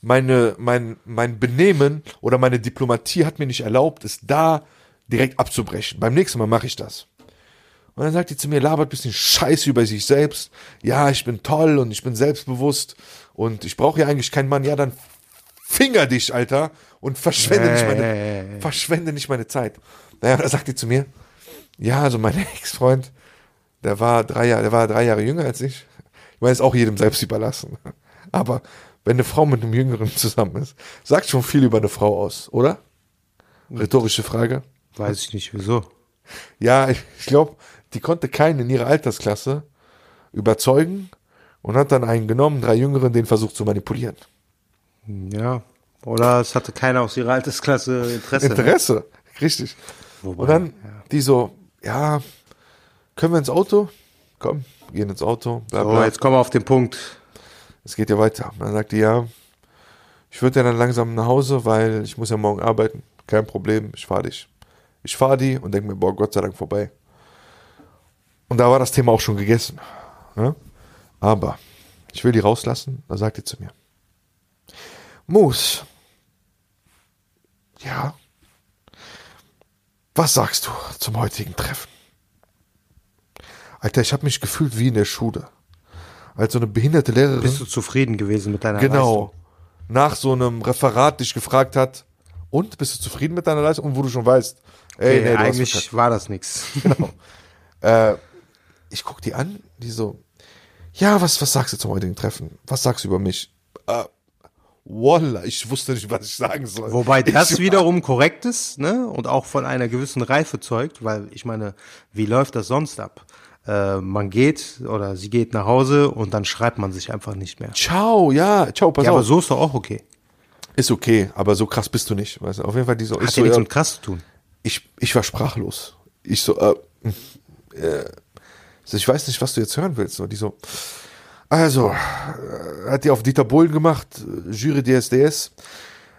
A: meine, mein, mein Benehmen oder meine Diplomatie hat mir nicht erlaubt, es da direkt abzubrechen. Beim nächsten Mal mache ich das. Und dann sagt die zu mir, labert bisschen Scheiße über sich selbst. Ja, ich bin toll und ich bin selbstbewusst und ich brauche ja eigentlich keinen Mann. Ja, dann finger dich, Alter, und verschwende, nicht, meine, verschwende nicht meine Zeit. Naja, und dann sagt die zu mir, ja, also mein Ex-Freund, der war drei Jahre, der war drei Jahre jünger als ich. Ich meine, ist auch jedem selbst überlassen. Aber wenn eine Frau mit einem Jüngeren zusammen ist, sagt schon viel über eine Frau aus, oder? Rhetorische Frage.
B: Weiß ich nicht, wieso.
A: Ja, ich, ich glaube, die konnte keinen in ihrer Altersklasse überzeugen und hat dann einen genommen, drei Jüngeren, den versucht zu manipulieren.
B: Ja. Oder es hatte keiner aus ihrer Altersklasse Interesse.
A: Interesse, richtig.
B: Wobei,
A: und dann die so, ja, können wir ins Auto? Komm, gehen ins Auto. Bla,
B: So,
A: bla.
B: jetzt kommen wir auf den Punkt.
A: Mhm. Es geht ja weiter. Und dann sagt die, ja, ich würde ja dann langsam nach Hause, weil ich muss ja morgen arbeiten. Kein Problem, ich fahre dich. Ich fahre die und denke mir, boah, Gott sei Dank vorbei. Und da war das Thema auch schon gegessen. Ne? Aber ich will die rauslassen, da sagt die zu mir. Moos. Ja. Was sagst du zum heutigen Treffen? Alter, ich habe mich gefühlt wie in der Schule. Als so eine behinderte Lehrerin.
B: Bist du zufrieden gewesen mit deiner
A: Genau. Nach so einem Referat dich gefragt hat, und bist du zufrieden mit deiner Leistung? Und wo du schon weißt, ey,
B: Leistung?
A: nee,
B: Nee,
A: du hast Genau. verkackt.
B: eigentlich war das nichts.
A: Ich guck die an, die so, ja, was, was sagst du zum heutigen Treffen? Was sagst du über mich? Äh, Wallah, ich wusste nicht, was ich sagen soll.
B: Wobei das
A: ich,
B: wiederum korrekt ist ne? und auch von einer gewissen Reife zeugt, weil ich meine, wie läuft das sonst ab? Äh, man geht oder sie geht nach Hause und dann schreibt man sich einfach nicht mehr.
A: Ciao, ja, ciao, pass
B: Ja, aber
A: auf.
B: so ist doch auch okay.
A: ist okay, aber so krass bist du nicht. Weißt du? Auf jeden Fall, die so, ich,
B: Hat ja
A: so
B: nichts
A: ja,
B: mit krass zu tun.
A: ich, ich war sprachlos. Ich so, äh, äh, so, ich weiß nicht, was du jetzt hören willst. Und die so, also, äh, hat die auf Dieter Bohlen gemacht, äh, Jury DSDS.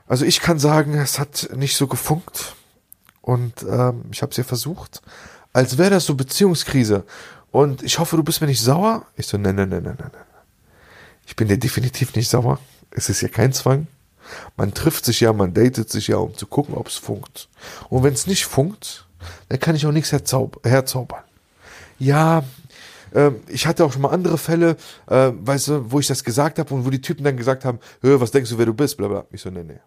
A: Also ich kann sagen, es hat nicht so gefunkt. Und ähm, ich habe es ja versucht. Als wäre das so Beziehungskrise. Und ich hoffe, du bist mir nicht sauer. Ich so, nein, nein, nein, nein, nein. nein. Ich bin dir definitiv nicht sauer. Es ist ja kein Zwang. Man trifft sich ja, man datet sich ja, um zu gucken, ob es funkt. Und wenn es nicht funkt, dann kann ich auch nichts herzaub herzaubern. Ja, ähm, ich hatte auch schon mal andere Fälle, äh, weißt du, wo ich das gesagt habe und wo die Typen dann gesagt haben, Hö, was denkst du, wer du bist, bla bla. Ich so, nee, nee.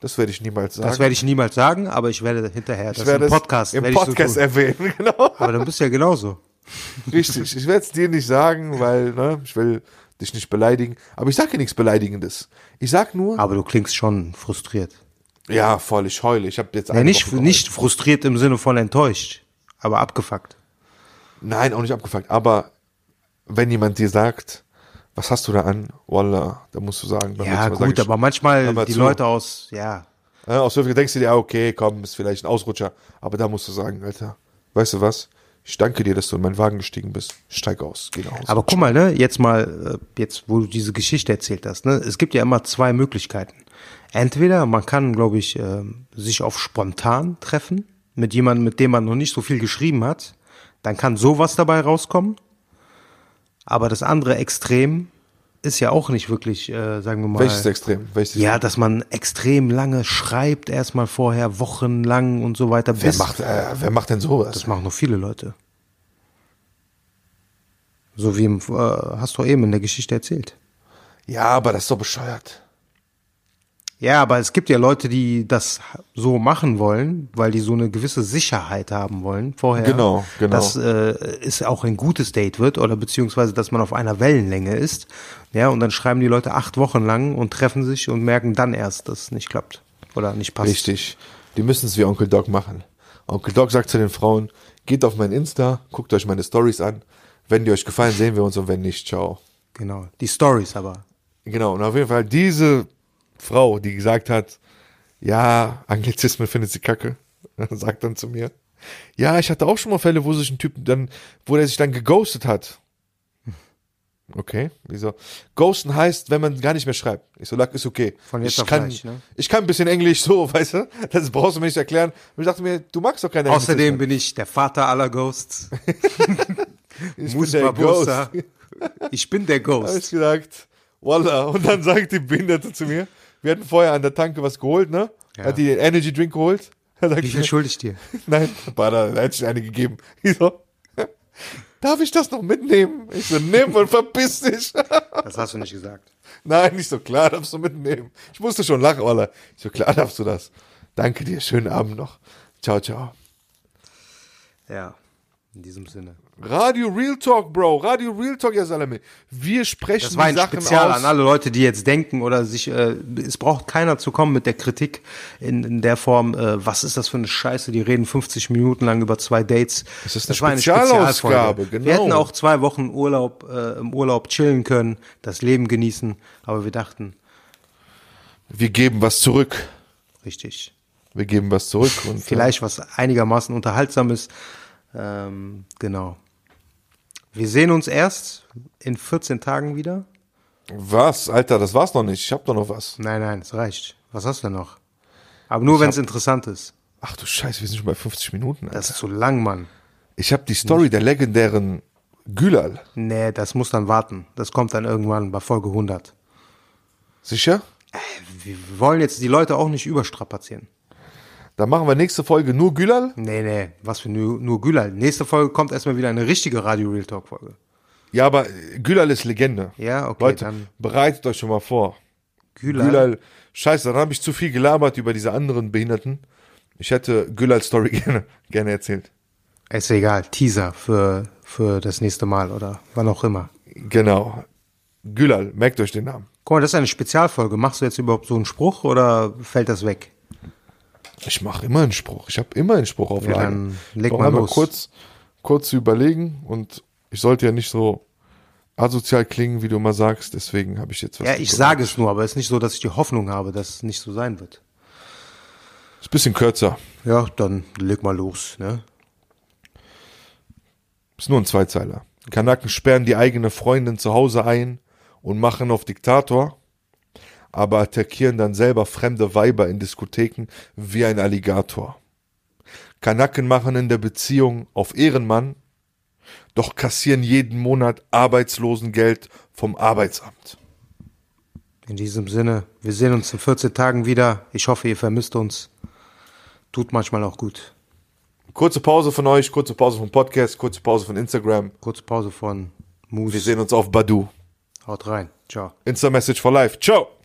A: Das werde ich niemals sagen.
B: Das werde ich niemals sagen, aber ich werde hinterher, das
A: ich werde
B: im Podcast,
A: im
B: werde ich
A: Podcast
B: so tun.
A: erwähnen, genau.
B: Aber dann bist du ja genauso.
A: Richtig, ich werde es dir nicht sagen, weil ne, ich will dich nicht beleidigen. Aber ich sage dir nichts Beleidigendes. Ich sag nur,
B: Aber du klingst schon frustriert.
A: ja, voll, ich heule. Ich habe jetzt
B: Ja,
A: eine
B: nicht,
A: Woche geheult.
B: nicht frustriert im Sinne von enttäuscht, aber abgefuckt.
A: Nein, auch nicht abgefuckt. Aber wenn jemand dir sagt, was hast du da an? Wallah, da musst du sagen. beim
B: Ja,
A: nächsten Mal
B: gut,
A: sag ich,
B: aber manchmal
A: hör mal
B: die
A: zu.
B: Leute aus, ja,
A: Ja, aus Höflichkeit denkst du dir, ja, okay, komm, ist vielleicht ein Ausrutscher. Aber da musst du sagen, Alter, weißt du was? Ich danke dir, dass du in meinen Wagen gestiegen bist. Steig aus, geh nach Hause.
B: Aber guck mal, ne, jetzt mal, äh, jetzt wo du diese Geschichte erzählt hast, ne, es gibt ja immer zwei Möglichkeiten. Entweder man kann, glaube ich, ähm, sich auf spontan treffen mit jemandem, mit dem man noch nicht so viel geschrieben hat, dann kann sowas dabei rauskommen. Aber das andere Extrem ist ja auch nicht wirklich, äh, sagen wir mal.
A: Welches Extrem? Welches
B: Ja, dass man extrem lange schreibt, erstmal vorher, wochenlang und so weiter.
A: Wer macht, äh, wer macht denn sowas?
B: Das machen nur viele Leute. So wie im, äh, hast du eben in der Geschichte erzählt.
A: Ja, aber das ist doch bescheuert.
B: Ja, aber es gibt ja Leute, die das so machen wollen, weil die so eine gewisse Sicherheit haben wollen vorher.
A: Genau, genau.
B: Dass äh, es auch ein gutes Date wird oder beziehungsweise, dass man auf einer Wellenlänge ist. Ja, und dann schreiben die Leute acht Wochen lang und treffen sich und merken dann erst, dass es nicht klappt oder nicht passt.
A: Richtig. Die müssen es wie Onkel Doc machen. Onkel Doc sagt zu den Frauen, geht auf mein Insta, guckt euch meine Stories an. Wenn die euch gefallen, sehen wir uns und wenn nicht, ciao.
B: Genau. Die Stories aber.
A: Genau, und auf jeden Fall diese Frau, die gesagt hat, ja, Anglizismen findet sie kacke, sagt dann zu mir, ja, ich hatte auch schon mal Fälle, wo sich ein Typ dann, wo der sich dann geghostet hat.
B: Hm.
A: Okay, wieso? Ghosten heißt, wenn man gar nicht mehr schreibt. Ich so, Lack ist okay.
B: Von jetzt
A: ich
B: auf
A: kann,
B: gleich, ne?
A: Ich kann ein bisschen Englisch so, weißt du? Das brauchst du mir nicht erklären. Und ich dachte mir, du magst doch keine
B: Außerdem
A: Anglizismen.
B: bin ich der Vater aller Ghosts.
A: ich bin
B: Muss
A: der
B: Barbosa.
A: Ghost.
B: Ich bin
A: Habe
B: der
A: ich
B: Ghost.
A: gesagt, voila. Und dann sagt die Behinderte zu mir, wir hatten vorher an der Tanke was geholt, ne?
B: Ja.
A: Hat die den Energy Drink geholt, Er sagt
B: Wie viel
A: mir,
B: schulde ich dir?
A: Nein, war da, da hätte ich eine gegeben. Ich so, darf ich das noch mitnehmen? Ich so, nimm und verpiss dich.
B: Das hast du nicht gesagt.
A: Nein, nicht so, klar darfst du mitnehmen. Ich musste schon lachen, Ola. Ich so, klar darfst du das. Danke dir, schönen Abend noch. Ciao, ciao.
B: Ja, in diesem Sinne.
A: Radio Real Talk, Bro. Radio Real Talk, ja Salami. Wir sprechen
B: Das war
A: die
B: ein
A: Sachen
B: Spezial
A: aus.
B: an alle Leute, die jetzt denken oder sich, äh, es braucht keiner zu kommen mit der Kritik in, in der Form, äh, was ist das für eine Scheiße, die reden 50 Minuten lang über zwei Dates.
A: Das ist eine Spezialausgabe,
B: Spezialfolge. Wir
A: genau.
B: hätten auch zwei Wochen Urlaub, äh, im Urlaub chillen können, das Leben genießen, aber wir dachten,
A: Wir geben was zurück.
B: richtig,
A: Wir geben was zurück. Und, äh,
B: vielleicht was einigermaßen unterhaltsames, ähm, genau. Wir sehen uns erst in 14 Tagen wieder.
A: Was? Alter, das war's noch nicht. Ich hab doch noch was.
B: Nein, nein, es reicht. Was hast du denn noch? Aber nur, wenn es interessant ist.
A: Ach du Scheiße, wir sind schon bei 50 Minuten. Alter.
B: Das ist zu lang, Mann.
A: Ich habe die Story der legendären Gülal.
B: Nee, das muss dann warten. Das kommt dann irgendwann bei Folge 100.
A: Sicher?
B: Wir wollen jetzt die Leute auch nicht überstrapazieren.
A: Dann machen wir nächste Folge nur Gülal.
B: Nee, nee, was für nur, nur Gülal. Nächste Folge kommt erstmal wieder eine richtige Radio Real Talk Folge.
A: Ja, aber Gülal ist Legende.
B: Ja, okay,
A: Leute,
B: dann-
A: bereitet euch schon mal vor.
B: Gülal.
A: Gülal, scheiße, dann habe ich zu viel gelabert über diese anderen Behinderten. Ich hätte Gülals Story gerne, gerne erzählt.
B: Ist egal, Teaser für, für das nächste Mal oder wann auch immer.
A: Genau. Gülal, merkt euch den Namen.
B: Guck mal, das ist eine Spezialfolge. Machst du jetzt überhaupt so einen Spruch oder fällt das weg?
A: Ich mache immer einen Spruch. Ich habe immer einen Spruch auf Lager.
B: Ja, dann leg
A: Doch
B: mal
A: einmal
B: los.
A: Kurz, kurz zu überlegen und ich sollte ja nicht so asozial klingen, wie du mal sagst. Deswegen habe ich jetzt was.
B: Ja, ich
A: gegründet.
B: sage es nur, aber es ist nicht so, dass ich die Hoffnung habe, dass es nicht so sein wird.
A: Ist bisschen kürzer.
B: Ja, dann leg mal los, ne?
A: Ist nur ein Zweizeiler. Kanaken sperren die eigene Freundin zu Hause ein und machen auf Diktator, aber attackieren dann selber fremde Weiber in Diskotheken wie ein Alligator. Kanaken machen in der Beziehung auf Ehrenmann, doch kassieren jeden Monat Arbeitslosengeld vom Arbeitsamt.
B: In diesem Sinne, wir sehen uns in 14 Tagen wieder. Ich hoffe, ihr vermisst uns. Tut manchmal auch gut.
A: Kurze Pause von euch, kurze Pause vom Podcast, kurze Pause von Instagram.
B: Kurze Pause von
A: Wir
B: Moose.
A: sehen uns auf Badu.
B: Haut rein. Ciao.
A: Insta Message for Life. Ciao!